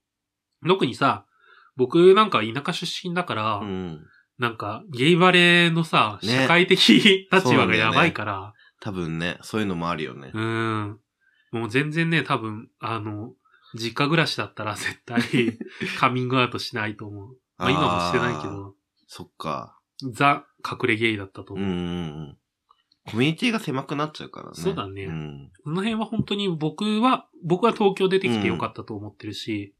[SPEAKER 1] 特にさ、僕なんか田舎出身だから、
[SPEAKER 2] うんうん。
[SPEAKER 1] なんかゲイバレのさ、
[SPEAKER 2] ね
[SPEAKER 1] 社会的立
[SPEAKER 2] そうな
[SPEAKER 1] 場が
[SPEAKER 2] んだよね
[SPEAKER 1] やばいから、
[SPEAKER 2] 多分ね、そういうのもあるよね
[SPEAKER 1] う。ーん。もう全然ね、多分、あの、実家暮らしだったら絶対 カミングアウトしないと思う。まあ今もしてないけ
[SPEAKER 2] あー。
[SPEAKER 1] ど、
[SPEAKER 2] そっか。
[SPEAKER 1] ザ隠れゲイだったと
[SPEAKER 2] うん
[SPEAKER 1] 思う。
[SPEAKER 2] うんうん。コミュニティが狭くなっちゃうからね。
[SPEAKER 1] そうだね
[SPEAKER 2] うん。
[SPEAKER 1] その辺は本当に僕は、僕は東京出てきてよかったと思ってるし、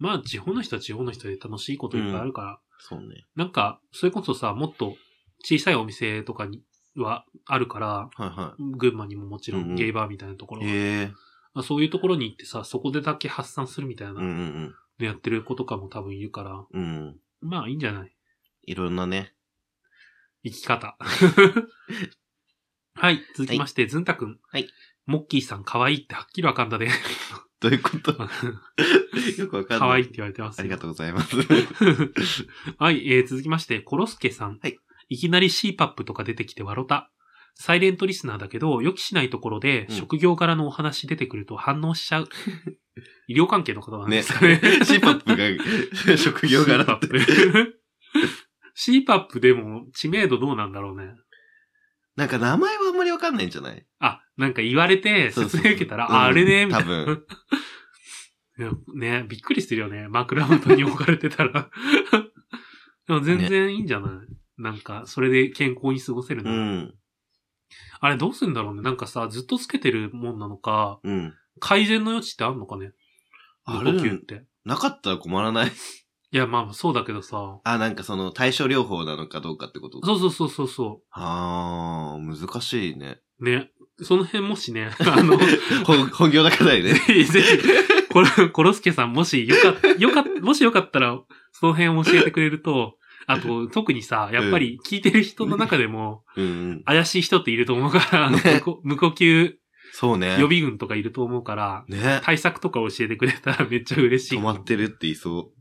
[SPEAKER 1] まあ地方の人は地方の人で楽しいこといっぱいあるから、
[SPEAKER 2] そうね。
[SPEAKER 1] なんか、それこそさ、もっと小さいお店とかにはあるから、
[SPEAKER 2] はいは
[SPEAKER 1] 群馬にももちろ
[SPEAKER 2] うんうん
[SPEAKER 1] んゲイバーみたいなところ
[SPEAKER 2] い。
[SPEAKER 1] は、
[SPEAKER 2] ええ。
[SPEAKER 1] まあそういうところに行ってさ、そこでだけ発散するみたいな
[SPEAKER 2] うんうん
[SPEAKER 1] のやってる子とかも多分いるから、
[SPEAKER 2] うん。うん。
[SPEAKER 1] まあいいんじゃない
[SPEAKER 2] いろんなね。
[SPEAKER 1] 生き 方。はい、続きまして、ずんたくん。
[SPEAKER 2] はい。
[SPEAKER 1] モッキーさん可愛いってはっきりわかんだね。
[SPEAKER 2] どういうこと よくわかんない。
[SPEAKER 1] 可愛いって言われてます。
[SPEAKER 2] ありがと
[SPEAKER 1] う。
[SPEAKER 2] うござ います。
[SPEAKER 1] はい、えー続きまして、コロスケさん。
[SPEAKER 2] はい。
[SPEAKER 1] いきなり CPAP とか出てきて笑った。サイレントリスナーだけど、予期しないところで、
[SPEAKER 2] うん
[SPEAKER 1] 職業柄のお話出てくると反応しちゃ う。医療関係の方なん
[SPEAKER 2] ね。
[SPEAKER 1] ですかね。
[SPEAKER 2] CPAP が職業柄って。
[SPEAKER 1] CPAP。CPAP でも知名度どうなんだろうね。
[SPEAKER 2] なんか名前はあんまりわかんないんじゃない
[SPEAKER 1] あ、なんか言われて、
[SPEAKER 2] そう
[SPEAKER 1] 説
[SPEAKER 2] そうそう
[SPEAKER 1] 明受けたら、
[SPEAKER 2] うん
[SPEAKER 1] ああれね、みた
[SPEAKER 2] 多
[SPEAKER 1] いな。
[SPEAKER 2] 分。
[SPEAKER 1] いやね、びっくりしてるよね。枕元に置かれてたら。 でも全然いいんじゃない、なんか、それで健康に過ごせる
[SPEAKER 2] う
[SPEAKER 1] の、
[SPEAKER 2] ん。
[SPEAKER 1] あれどうするんだろうね。なんかさ、ずっとつけてるもんなのか、
[SPEAKER 2] うん。
[SPEAKER 1] 改善の余地ってあるのかね
[SPEAKER 2] あ
[SPEAKER 1] 無
[SPEAKER 2] る
[SPEAKER 1] 呼吸って。
[SPEAKER 2] なかったら困らない。
[SPEAKER 1] いや、まあそうだけどさ。
[SPEAKER 2] あ、なんかその対症療法なのかどうかってこと
[SPEAKER 1] そうそうそうそうそ
[SPEAKER 2] あー、難しいね。
[SPEAKER 1] う。ね。その辺もしね、 あの、ぜ
[SPEAKER 2] 本本業だからね。
[SPEAKER 1] ひ、ぜひ、コロコロスケさん、もしよかった、よかった、もしよかったら、その辺教えてくれると、あと、特にさ、やっぱり聞いてる人の中でも、
[SPEAKER 2] うんうん。
[SPEAKER 1] 怪しい人っていると思うから、
[SPEAKER 2] ね
[SPEAKER 1] 無呼無呼吸
[SPEAKER 2] そうね。
[SPEAKER 1] 予備軍とかいると思うから、
[SPEAKER 2] ね。
[SPEAKER 1] 対策とか教えてくれたらめっちゃ嬉しい
[SPEAKER 2] 止。まってるって言いそ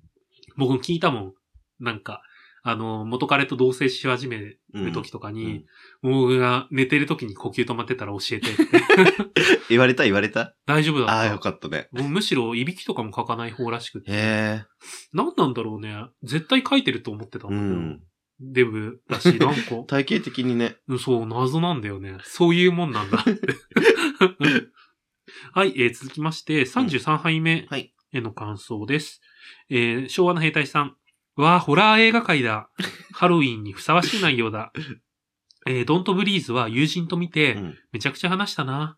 [SPEAKER 1] 僕も聞いたもん。なんか、あの、元彼と同棲し始める
[SPEAKER 2] う。うん。
[SPEAKER 1] 時とか
[SPEAKER 2] う
[SPEAKER 1] に
[SPEAKER 2] ん、
[SPEAKER 1] 僕が寝てる時に呼吸止まってたら教えて。
[SPEAKER 2] 言われた言われた
[SPEAKER 1] 大丈夫
[SPEAKER 2] あー、
[SPEAKER 1] だっ
[SPEAKER 2] よ
[SPEAKER 1] た。
[SPEAKER 2] かったね。
[SPEAKER 1] もうむしろ、いびきとかも書かない方らしくて。
[SPEAKER 2] へ
[SPEAKER 1] 何なんだろうね。絶対書いてると思ってたん
[SPEAKER 2] ー。
[SPEAKER 1] だ
[SPEAKER 2] う
[SPEAKER 1] けど。
[SPEAKER 2] ん。
[SPEAKER 1] デブだし、なんか。
[SPEAKER 2] 体系的にね。
[SPEAKER 1] うんそう、謎なんだよね。そういうもんなんだって。 はい、えー続きまして、33杯目
[SPEAKER 2] はい。
[SPEAKER 1] への感想です。えー昭和の兵隊さん。わあ、ホラー映画界 だ。ハロウィンにふさわしい内容だ。えードントブリーズは友人と見
[SPEAKER 2] う
[SPEAKER 1] て、
[SPEAKER 2] ん。
[SPEAKER 1] めちゃくちゃ話したな。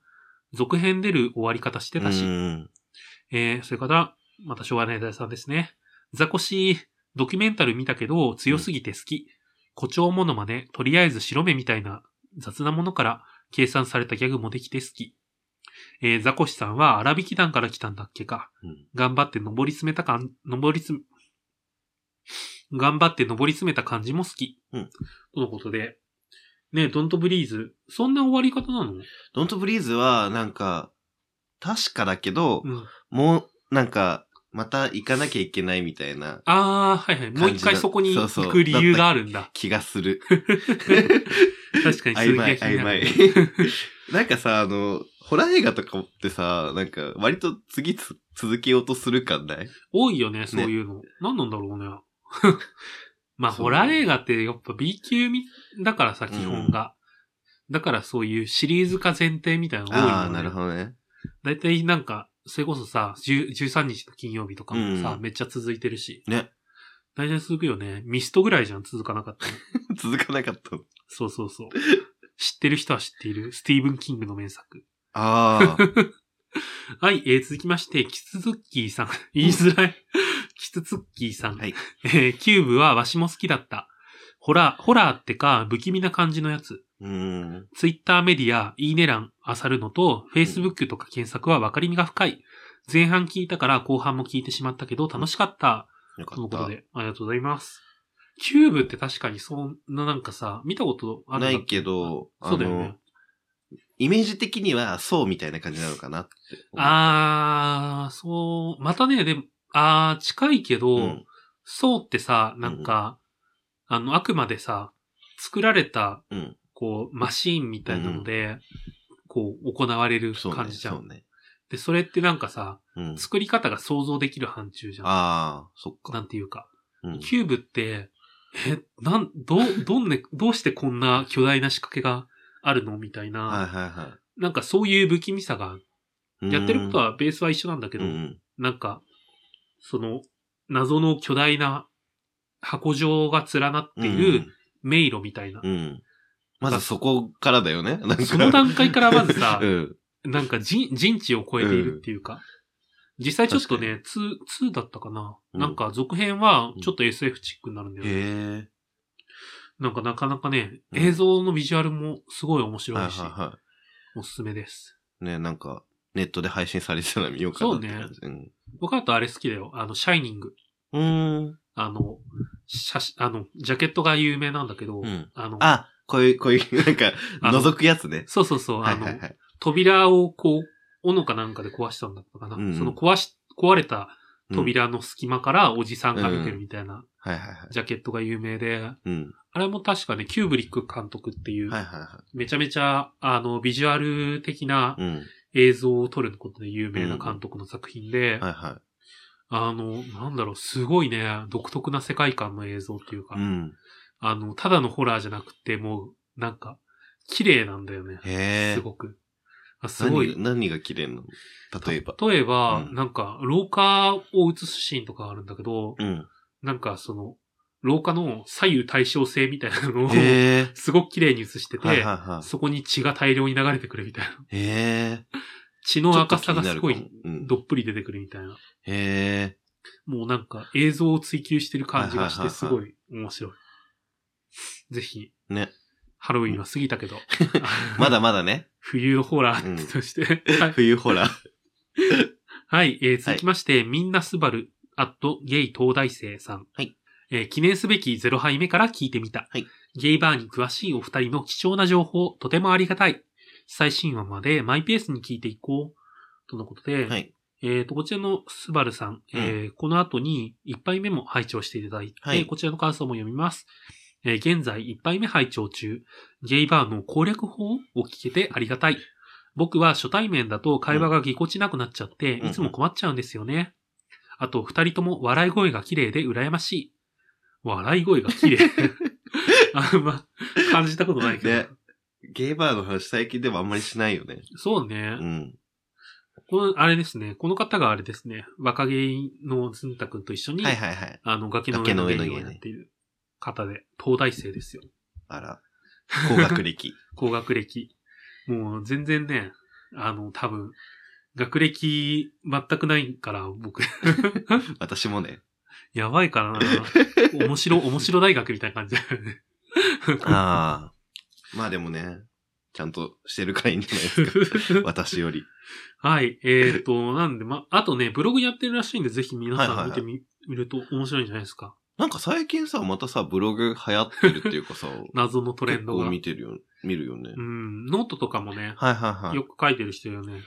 [SPEAKER 1] 続編出る終わり方してたし、
[SPEAKER 2] うん
[SPEAKER 1] えー、それから、また昭和年代さんですね。ザコシ、ドキュメンタル見たけど強すぎて好き。誇張ものまね、とりあえず白目みたいな雑なものから計算されたギャグもできて好き。えー、ザコシさんは荒引き団から来たんだっけか。
[SPEAKER 2] うん
[SPEAKER 1] 頑張って登り詰めた感、登り詰め、頑張って登り詰めた感じも好き。
[SPEAKER 2] うん
[SPEAKER 1] とのことで。ねえ、ドントブリーズ。そんな終わり方なの
[SPEAKER 2] ドントブリーズは、なんか、確かだけど、
[SPEAKER 1] うん。
[SPEAKER 2] もう、なんか、また行かなきゃいけないみたいな
[SPEAKER 1] あー、はいはい。もう一回そこに
[SPEAKER 2] そうそう
[SPEAKER 1] 行く理由があるんだ。
[SPEAKER 2] 気がする。
[SPEAKER 1] 確かに
[SPEAKER 2] 曖
[SPEAKER 1] 続きが
[SPEAKER 2] 昧、
[SPEAKER 1] 気に
[SPEAKER 2] 曖
[SPEAKER 1] な
[SPEAKER 2] 昧
[SPEAKER 1] る。。
[SPEAKER 2] なんかさ、あの、ホラー映画とかってさ、なんか、割と次つ続けようとする感ない
[SPEAKER 1] 多いよね、そういうの。何なんだろうね。 まあ、
[SPEAKER 2] そう
[SPEAKER 1] ホラー映画ってやっぱ B 級みだからさ、基本が。だからそういうシリーズ化前提みたいなの多いよ、ね。
[SPEAKER 2] ああ、なるほどね。
[SPEAKER 1] だいたいなんか、それこそさ、10 13日の金曜日とかもさ、
[SPEAKER 2] うん
[SPEAKER 1] めっちゃ続いてるし。
[SPEAKER 2] ね。
[SPEAKER 1] 大体続くよね。ミストぐらいじゃん、続かなかったの。
[SPEAKER 2] 続かなかった。
[SPEAKER 1] そうそう そう。知ってる人は知っている、スティーブン・キングの名作。
[SPEAKER 2] ああ、
[SPEAKER 1] はい、えー続きまして、キツツッキーさん。言いづら い。キツツッキーさん。
[SPEAKER 2] はい
[SPEAKER 1] えーキューブはわしも好きだった。ホラー、ホラーってか、不気味な感じのやつ。
[SPEAKER 2] うーん。
[SPEAKER 1] ツイッターメディア、いいね欄、あさるのと、Facebook とか検索は分かりみが深い。前半聞いたから後半も聞いてしまったけど、楽しかった。
[SPEAKER 2] よか
[SPEAKER 1] との
[SPEAKER 2] っ
[SPEAKER 1] こと
[SPEAKER 2] た。
[SPEAKER 1] で、ありがとうございます。キューブって確かにそんななんかさ、見たことあるんだっ
[SPEAKER 2] ないけど、あ
[SPEAKER 1] そうだよ
[SPEAKER 2] の
[SPEAKER 1] ね。、
[SPEAKER 2] イメージ的には、そうみたいな感じなのかなって。
[SPEAKER 1] あー、そう、またね、でも、あー、近いけど、
[SPEAKER 2] うん
[SPEAKER 1] そうってさ、なんか、あの、あくまでさ、作られた、
[SPEAKER 2] うん
[SPEAKER 1] こう、マシーンみたいなので、こう、行われる
[SPEAKER 2] そう
[SPEAKER 1] 感
[SPEAKER 2] ね、
[SPEAKER 1] じじゃん、
[SPEAKER 2] そうね。
[SPEAKER 1] で、それってなんかさ、
[SPEAKER 2] うん。
[SPEAKER 1] 作り方が想像できる範疇じゃん。
[SPEAKER 2] ああ、そっ
[SPEAKER 1] な
[SPEAKER 2] か。
[SPEAKER 1] んていうか。
[SPEAKER 2] うん
[SPEAKER 1] キューブって、え、なん、どう、どんね、 どうしてこんな巨大な仕掛けがあるのみたいな、
[SPEAKER 2] はいはいは
[SPEAKER 1] なんかそういう不気味さが、
[SPEAKER 2] い。
[SPEAKER 1] やってること
[SPEAKER 2] は、
[SPEAKER 1] はベースは一緒なんだけ
[SPEAKER 2] う
[SPEAKER 1] ど、
[SPEAKER 2] ん。
[SPEAKER 1] なんか、その、謎の巨大な箱状が連なっている迷路みたいな。
[SPEAKER 2] うん。うん。まずそこからだよね。なんか。、
[SPEAKER 1] その段階からまずさ
[SPEAKER 2] うん。
[SPEAKER 1] なんか人人知を超えているっていうか、実際ちょっとね、2、2だったかな。
[SPEAKER 2] うん
[SPEAKER 1] なんか続編はちょっと SF チックになるんだよね。
[SPEAKER 2] へ
[SPEAKER 1] なんかなかなかね、
[SPEAKER 2] うん
[SPEAKER 1] 映像のビジュアルもすごい面
[SPEAKER 2] え。は
[SPEAKER 1] 白
[SPEAKER 2] い
[SPEAKER 1] いし、
[SPEAKER 2] はいは
[SPEAKER 1] おすすめです。
[SPEAKER 2] い。ね、なんか、ネットで配信されてたら見ようかなって感じ。うん
[SPEAKER 1] 僕だとあれ好きだよ。あの、シャイニング。
[SPEAKER 2] うーん。
[SPEAKER 1] あの、写真、あの、ジャケットが有名なんだけど、
[SPEAKER 2] うん
[SPEAKER 1] あの、
[SPEAKER 2] あ、こういう、こういう、なんか、
[SPEAKER 1] あの
[SPEAKER 2] 覗くやつね。
[SPEAKER 1] そうそうそう、
[SPEAKER 2] は
[SPEAKER 1] あ
[SPEAKER 2] い
[SPEAKER 1] の、
[SPEAKER 2] はいはい。
[SPEAKER 1] 扉をこう、斧かなんかで壊したんだったかな。
[SPEAKER 2] うん
[SPEAKER 1] その壊し、壊れた
[SPEAKER 2] うん。
[SPEAKER 1] 扉の隙間からおじさんが見てるみたいな
[SPEAKER 2] はいはいはい。
[SPEAKER 1] ジャケットが有名で、
[SPEAKER 2] うん。
[SPEAKER 1] あれも確かね、キューブリック監督っていう、
[SPEAKER 2] はいはいは。
[SPEAKER 1] めちゃめちゃ、あの、ビジュアル的ない
[SPEAKER 2] うん。
[SPEAKER 1] 映像を撮ることで有名な監督の作品で、
[SPEAKER 2] はいは
[SPEAKER 1] あの、なんだろう、すごいね、独特な世界観の映像っていうか、
[SPEAKER 2] い。うん。
[SPEAKER 1] あの、ただのホラーじゃなくて、もう、なんか、綺麗なんだよね。
[SPEAKER 2] へえ。
[SPEAKER 1] すごく。あすごい。
[SPEAKER 2] 何が何が綺麗なの例えば。
[SPEAKER 1] 例えば、
[SPEAKER 2] うん
[SPEAKER 1] なんか、廊下を映すシーンとかあるんだけど、
[SPEAKER 2] うん。
[SPEAKER 1] なんかその、廊下の左右対称性みたいなのを、
[SPEAKER 2] へえ。
[SPEAKER 1] すごく綺麗に映してて、
[SPEAKER 2] はいはいは
[SPEAKER 1] そこに血が大量に流れてくるみたいな。
[SPEAKER 2] い。へえ。
[SPEAKER 1] 血の赤さがすご
[SPEAKER 2] ちょっ
[SPEAKER 1] い
[SPEAKER 2] と気になるかもうん
[SPEAKER 1] どっぷり出てくるみたいな。
[SPEAKER 2] へえ。
[SPEAKER 1] もうなんか映像を追求してる感じがし
[SPEAKER 2] はいはいはいは
[SPEAKER 1] て
[SPEAKER 2] い
[SPEAKER 1] すごい面白い。ぜひ。
[SPEAKER 2] ね。
[SPEAKER 1] ハロウィンは過ぎたけど。
[SPEAKER 2] まだまだね。
[SPEAKER 1] 冬のホラーとして。はい
[SPEAKER 2] 冬ホラー。
[SPEAKER 1] はい、えー続きまして、みんなすばる、アット、ゲイ東大生さん。
[SPEAKER 2] はい。
[SPEAKER 1] えー記念すべき0杯目から聞いてみた。
[SPEAKER 2] はい。
[SPEAKER 1] ゲイバーに詳しいお二人の貴重な情報、とてもありがたい。最新話までマイペースに聞いていこう。とのことで、
[SPEAKER 2] はい。
[SPEAKER 1] えっ、と、こちらのスバルさん、えーこの後に1杯目も拝聴していただいて、
[SPEAKER 2] はい
[SPEAKER 1] こちらの感想も読みます。えー現在1杯目拝聴中、ゲイバーの攻略法を聞けてありがたい。僕は初対面だと会話がぎこちなくなっちゃって、
[SPEAKER 2] うん
[SPEAKER 1] いつも困っちゃうんですよね。あと、二人とも笑い声が綺麗で羨ましい。笑い声が 綺麗。あんま、感じたことないけど。
[SPEAKER 2] ねゲイバーの話最近でもあんまりしないよね。
[SPEAKER 1] そうね
[SPEAKER 2] う。ん。
[SPEAKER 1] この、あれですね。この方があれですね。若芸のずんたくんと一緒に、
[SPEAKER 2] はいはいはい。
[SPEAKER 1] あの、崖の上の芸人をやっている方で、東大生ですよ。
[SPEAKER 2] あら。高学歴。
[SPEAKER 1] 高学歴。もう全然ね、あの、多分、学歴全くないから、僕。
[SPEAKER 2] 私もね。
[SPEAKER 1] やばいからな。面白、面白大学みたいな感じだよ ね。
[SPEAKER 2] ああ。まあでもね、ちゃんとしてるからいいんじゃないです か。私より。
[SPEAKER 1] はい。えっ、と、なんで、ま、あとね、ブログやってるらしいんで、ぜひ皆さん見てみ、見ると面白いんじゃないですか。
[SPEAKER 2] なんか最近さ、またさ、ブログ流行ってるっていうかさ、
[SPEAKER 1] 謎 のトレン
[SPEAKER 2] 結
[SPEAKER 1] ドが。
[SPEAKER 2] 構
[SPEAKER 1] う
[SPEAKER 2] 見てるよ、見るよね。
[SPEAKER 1] ん、ノートとかもね、
[SPEAKER 2] はいはいはい。
[SPEAKER 1] よく書いてる人よね。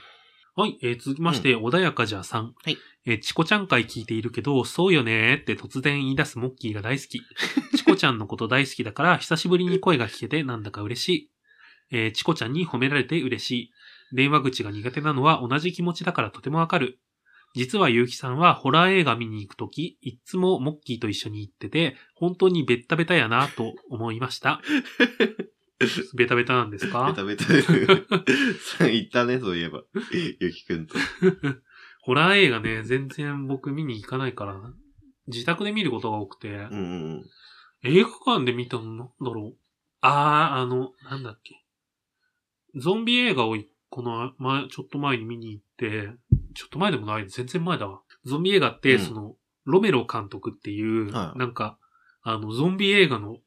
[SPEAKER 1] はい、えー続きまして、穏やかじゃさん。
[SPEAKER 2] はい。
[SPEAKER 1] えーチコちゃん会聞いているけど、そうよねーって突然言い出すモッキーが大 好き。チコちゃんのこと大好きだから、久しぶりに声が聞けてなんだか嬉しい。えーチコちゃんに褒められて嬉しい。電話口が苦手なのは同じ気持ちだからとてもわかる。実はゆうきさんはホラー映画見に行くとき、いっつもモッキーと一緒に行ってて、本当にベッタベタやなと思いま した。ベタベタなんですか
[SPEAKER 2] ベタベタ で。 そう言ったね、そういえば。ゆきくんと。
[SPEAKER 1] ホラー映画ね、全然僕見に行かないから、自宅で見ることが多くて、
[SPEAKER 2] うんうんうん。
[SPEAKER 1] 映画館で見たのなんだろう。あー、あの、なんだっけ。ゾンビ映画をいこの前、ちょっと前に見に行って、ちょっと前でもない、全然前だわ。ゾンビ映画って、
[SPEAKER 2] うん
[SPEAKER 1] その、ロメロ監督っていう、
[SPEAKER 2] はい
[SPEAKER 1] なんか、あの、ゾンビ映画の、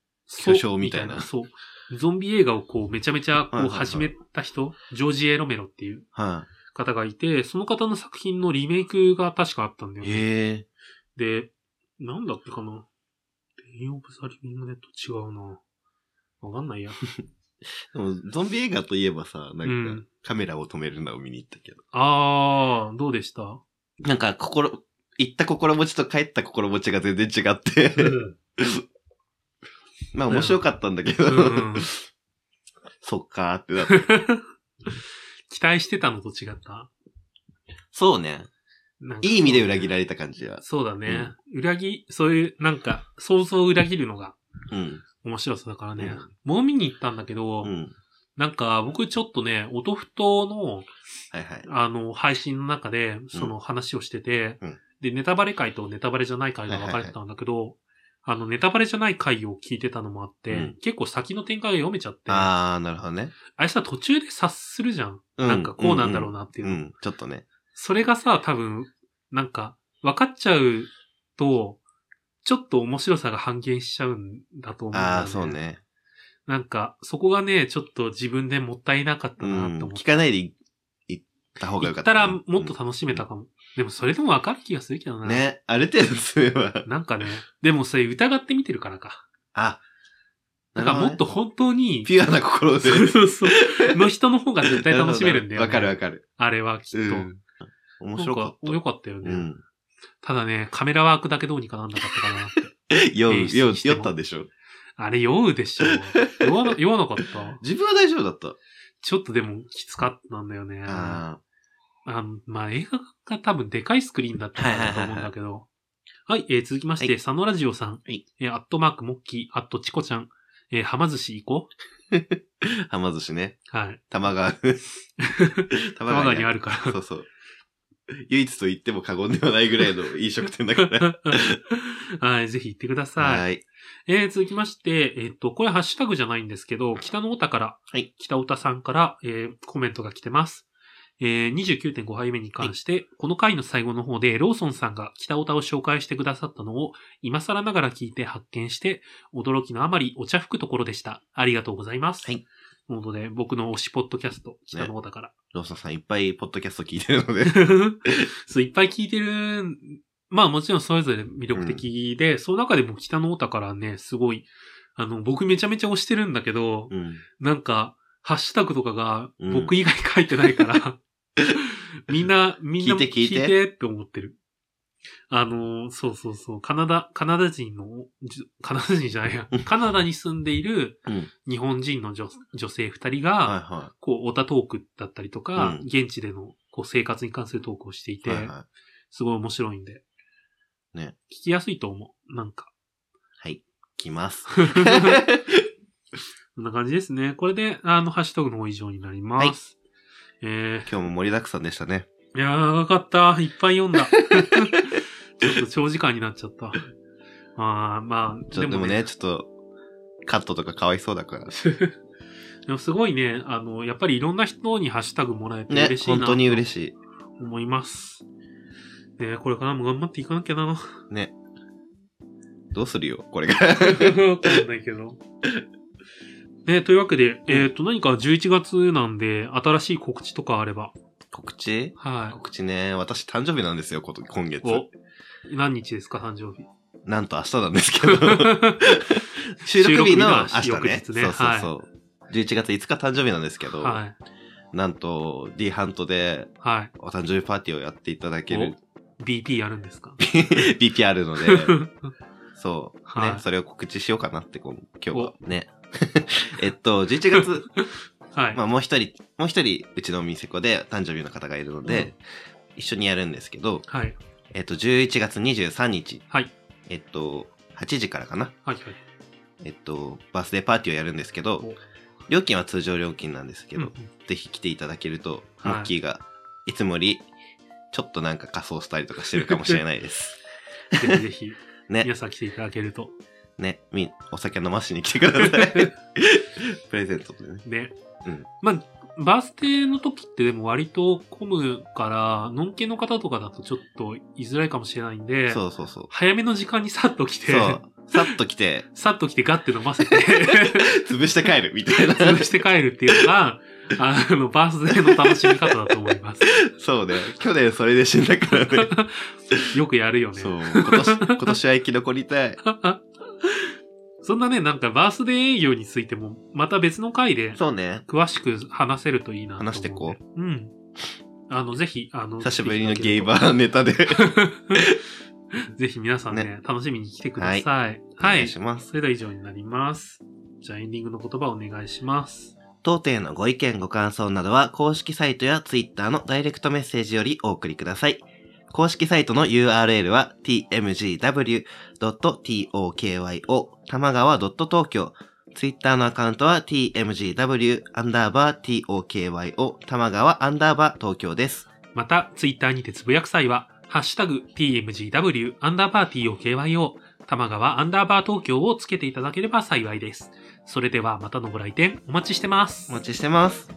[SPEAKER 2] 巨匠みたいな
[SPEAKER 1] そう。ゾンビ映画をこう、めちゃめちゃ、
[SPEAKER 2] はい
[SPEAKER 1] こ
[SPEAKER 2] は
[SPEAKER 1] う、
[SPEAKER 2] いはい
[SPEAKER 1] 始めた人、ジョージ・エ・ロメロっていう
[SPEAKER 2] は
[SPEAKER 1] 方がいて、その方の作品のリメイクが確かあったんだよ
[SPEAKER 2] い。
[SPEAKER 1] ね。
[SPEAKER 2] へえ。
[SPEAKER 1] で、なんだっけかな。ペインオブザリビングネット違うな。わかんないや。
[SPEAKER 2] でも、ゾンビ映画といえばさ、な
[SPEAKER 1] うんん
[SPEAKER 2] か、カメラを止めるのを見に行ったけど。
[SPEAKER 1] あー、どうでした
[SPEAKER 2] なんか、心、行った心持ちと帰った心持ちが全然違って。まあ、面白かったんだけど、
[SPEAKER 1] うん、
[SPEAKER 2] そっかーってなった。
[SPEAKER 1] 期待してたのと違った
[SPEAKER 2] そうね。
[SPEAKER 1] なんか
[SPEAKER 2] いい意味で裏切られた感じは。
[SPEAKER 1] そうだね。裏切、そういう、なんか、想像を裏切るのが
[SPEAKER 2] うん。
[SPEAKER 1] 面白さだからね。
[SPEAKER 2] うん
[SPEAKER 1] もう見に行ったんだけど、
[SPEAKER 2] うん。
[SPEAKER 1] なんか、僕ちょっとね、音ふとの、
[SPEAKER 2] はいはい。
[SPEAKER 1] あの、配信の中で、その話をしてて、
[SPEAKER 2] うん
[SPEAKER 1] で、ネタバレ回とネタバレじゃない回が分かれてたんだけど、あの、ネタバレじゃない回を聞いてたのもあって、
[SPEAKER 2] うん
[SPEAKER 1] 結構先の展開が読めちゃって、あ
[SPEAKER 2] あー、なるほどね。
[SPEAKER 1] れさ、途中で察するじゃん。
[SPEAKER 2] うん
[SPEAKER 1] なんかこうなんだろうなっていうう。
[SPEAKER 2] ん、ちょっとね。
[SPEAKER 1] それがさ、多分、なんか、分かっちゃうと、ちょっと面白さが半減しちゃうんだと思うんだよ、
[SPEAKER 2] あー、そうね。
[SPEAKER 1] なんか、そこがね、ちょっと自分でもったいなかった
[SPEAKER 2] う
[SPEAKER 1] なって
[SPEAKER 2] ん。
[SPEAKER 1] 思って
[SPEAKER 2] 聞。かないで行った方
[SPEAKER 1] 行
[SPEAKER 2] がよか
[SPEAKER 1] っ
[SPEAKER 2] った
[SPEAKER 1] た
[SPEAKER 2] ね。
[SPEAKER 1] らもっと楽しめたかも。でもそれでも分かる気がするけど
[SPEAKER 2] う
[SPEAKER 1] な。
[SPEAKER 2] んね、ある程度すれば。
[SPEAKER 1] なんかね、でもそれ疑って見てるからか。
[SPEAKER 2] あ、
[SPEAKER 1] だからもっと
[SPEAKER 2] なるほどね、
[SPEAKER 1] 本当に、
[SPEAKER 2] ピュアな心で。
[SPEAKER 1] そうそうそう、の人の方が絶対楽しめるんだよ、ね。
[SPEAKER 2] わかるわかる。
[SPEAKER 1] あれはきっと。
[SPEAKER 2] うん面白かっ
[SPEAKER 1] なん
[SPEAKER 2] た。
[SPEAKER 1] 良かったよね、
[SPEAKER 2] うん。
[SPEAKER 1] ただね、カメラワークだけどうにかなんなかったかなって。
[SPEAKER 2] 酔う、
[SPEAKER 1] 演出
[SPEAKER 2] 酔う、
[SPEAKER 1] しても
[SPEAKER 2] 酔ったでしょ。
[SPEAKER 1] あれ酔うでしょ。酔わな酔わなかった。
[SPEAKER 2] 自分は大丈夫だった。
[SPEAKER 1] ちょっとでもきつかったんだよね。あ
[SPEAKER 2] あ
[SPEAKER 1] のまあ、映画が多分でかいスクリーンだったからだと思うんだけど。はい、えー続きまして、
[SPEAKER 2] はい
[SPEAKER 1] 佐野ラジオさん。
[SPEAKER 2] はい
[SPEAKER 1] えーアットマークモッキー、アットチコちゃん。えー、はま寿司行こ
[SPEAKER 2] あ、はま寿司ね。
[SPEAKER 1] う。はい。
[SPEAKER 2] 玉川。
[SPEAKER 1] 多摩川にあ
[SPEAKER 2] る。
[SPEAKER 1] るから。
[SPEAKER 2] そうそう。唯一と言っても過言ではないぐ らいの飲食店だから。
[SPEAKER 1] はい、ぜひ行ってください。
[SPEAKER 2] はい。
[SPEAKER 1] えー、続きまして、えっ、と、これハッシュタグじゃないんですけど、北のおたから、
[SPEAKER 2] はい
[SPEAKER 1] 北おたさんから、えーコメントが来てます。えー、29.5杯目に関して、この回の最後の方で、ローソンさんが北おたを紹介してくださったのを、今更ながら聞いて発見して、驚きのあまりお茶吹くところでした。ありがとうございます。
[SPEAKER 2] はい。
[SPEAKER 1] なので、僕の推しポッドキャスト、北のおたから。
[SPEAKER 2] ローソンさんいっぱいポッドキャスト聞いて るので。
[SPEAKER 1] そう、いっぱい聞いてるん。まあもちろんそれぞれ魅力的で、その中でも北のオタからね、すごい、あの、僕めちゃめちゃ推してるんだけど、
[SPEAKER 2] うん。
[SPEAKER 1] なんか、ハッシュタグとかが
[SPEAKER 2] うん
[SPEAKER 1] 僕以外書いてない から、みんな、みんな
[SPEAKER 2] 聞いて聞いて
[SPEAKER 1] って思ってる。あの、そうそうそう、カナダ、カナダ人の、じゅカナダ人じゃないや、カナダに住んでいる
[SPEAKER 2] うん
[SPEAKER 1] 日本人の女女性二人
[SPEAKER 2] はい
[SPEAKER 1] が、
[SPEAKER 2] は
[SPEAKER 1] こう、オタトークだったりとか、
[SPEAKER 2] うん
[SPEAKER 1] 現地でのこう生活に関するトークをしてい
[SPEAKER 2] い。
[SPEAKER 1] て、
[SPEAKER 2] はいは
[SPEAKER 1] すごい面白いんで。
[SPEAKER 2] ね。
[SPEAKER 1] 聞きやすいと思う。なんか。
[SPEAKER 2] い。はい。来ます。
[SPEAKER 1] こんな感じですね。これで、あの、ハッシュタグの方以上になります。え
[SPEAKER 2] 今日も盛りだくさんでしたね。
[SPEAKER 1] ー、いやー、長かった。いっぱい 読んだ。ちょっと長時間になっちゃった。あーまあ、
[SPEAKER 2] ちょでもね、ちょっと、カットとかかわいそうだから。
[SPEAKER 1] でもすごいね、あの、やっぱりいろんな人にハッシュタグもらえて
[SPEAKER 2] ね
[SPEAKER 1] 嬉、しいな。
[SPEAKER 2] 本当に嬉しい。
[SPEAKER 1] 思います。ねえこれからも頑張っていかなきゃな。わ
[SPEAKER 2] ね。どうするよ、これから。
[SPEAKER 1] かんないけど。ねえというわけで、えっ、と、何か11月なんで、新しい告知とかあれば。
[SPEAKER 2] 告知
[SPEAKER 1] は
[SPEAKER 2] 告知ね、私誕生日なんですよ、こと今月
[SPEAKER 1] い。。お、何日ですか、誕生日。
[SPEAKER 2] なんと明日なんですけど。 収録日の明日ね。
[SPEAKER 1] 翌日ね
[SPEAKER 2] そうそうそう。11月5日誕生日なんですけ ど、
[SPEAKER 1] はい。
[SPEAKER 2] なんと D ハントで
[SPEAKER 1] はい。
[SPEAKER 2] お誕生日パーティーをやっていただける
[SPEAKER 1] BP やるんですか
[SPEAKER 2] BPR の で、そう、
[SPEAKER 1] はい
[SPEAKER 2] ね、それを告知しようかなって、こう今日は
[SPEAKER 1] お
[SPEAKER 2] ね。 えっと、11月、
[SPEAKER 1] はい。
[SPEAKER 2] まあもう一人、もう一人、うちのお店子で誕生日の方がいるので、一緒にやるんですけど、
[SPEAKER 1] はい。
[SPEAKER 2] えっと、11月23日。
[SPEAKER 1] はい
[SPEAKER 2] えっと、8時からかな。
[SPEAKER 1] はい。はい。
[SPEAKER 2] えっと、バースデーパーティーをやるんですけど
[SPEAKER 1] お、
[SPEAKER 2] 料金は通常料金なんですけ
[SPEAKER 1] うん
[SPEAKER 2] ど、
[SPEAKER 1] うん
[SPEAKER 2] ぜひ来ていただけると、
[SPEAKER 1] はい
[SPEAKER 2] モッキーがいつもより、ちょっとなんか仮装したりとかしてるかもしれないです。
[SPEAKER 1] ぜひぜひ、
[SPEAKER 2] ね
[SPEAKER 1] 皆、さん来ていただけると。
[SPEAKER 2] ね、み、お酒飲ましに来てくださ い。プレゼントでね。
[SPEAKER 1] ね。
[SPEAKER 2] うん
[SPEAKER 1] まあ、バースデーの時ってでも割と混むから、のんけの方とかだとちょっと居づらいかもしれないんで、
[SPEAKER 2] そうそうそう。
[SPEAKER 1] 早めの時間にさっと来て
[SPEAKER 2] そ、う。さっと来て、
[SPEAKER 1] さっと来てガッて飲ませて、
[SPEAKER 2] 潰して帰るみたいな。
[SPEAKER 1] 潰して帰るっていうのが、あの、バースデーの楽しみ方だと思います。
[SPEAKER 2] そうね。去年それで死んだか らね。
[SPEAKER 1] よくやるよね。
[SPEAKER 2] そう。今年、今年は生き残りたい。
[SPEAKER 1] そんなね、なんかバースデー営業についても、また別の回で、
[SPEAKER 2] そうね。
[SPEAKER 1] 詳しく話せるといいなと思うんで
[SPEAKER 2] 話してこ
[SPEAKER 1] う。ん。あの、ぜひ、あの、
[SPEAKER 2] 久しぶりのゲイ
[SPEAKER 1] ー。
[SPEAKER 2] バーネタで。
[SPEAKER 1] ぜひ皆さんね、
[SPEAKER 2] ね
[SPEAKER 1] 楽しみに来てください。はい。
[SPEAKER 2] お願いします。
[SPEAKER 1] それでは以上になります。じゃあエンディングの言葉お願いします。
[SPEAKER 2] 当店のご意見ご感想などは公式サイトや Twitter のダイレクトメッセージよりお送りください。公式サイトの URL は tmgw.tokyo 玉川 .tokyo Twitter のアカウントは tmgw アンダーバー tokyo 玉川アンダーバー東京です。
[SPEAKER 1] また、ツイッターにてつぶやく際は、ハッシュタグ、tmgw、アンダーバー tokyo、玉川アンダーバー東京をつけていただければ幸いです。それではまたのご来店お待ちしてます。
[SPEAKER 2] お待ちしてます。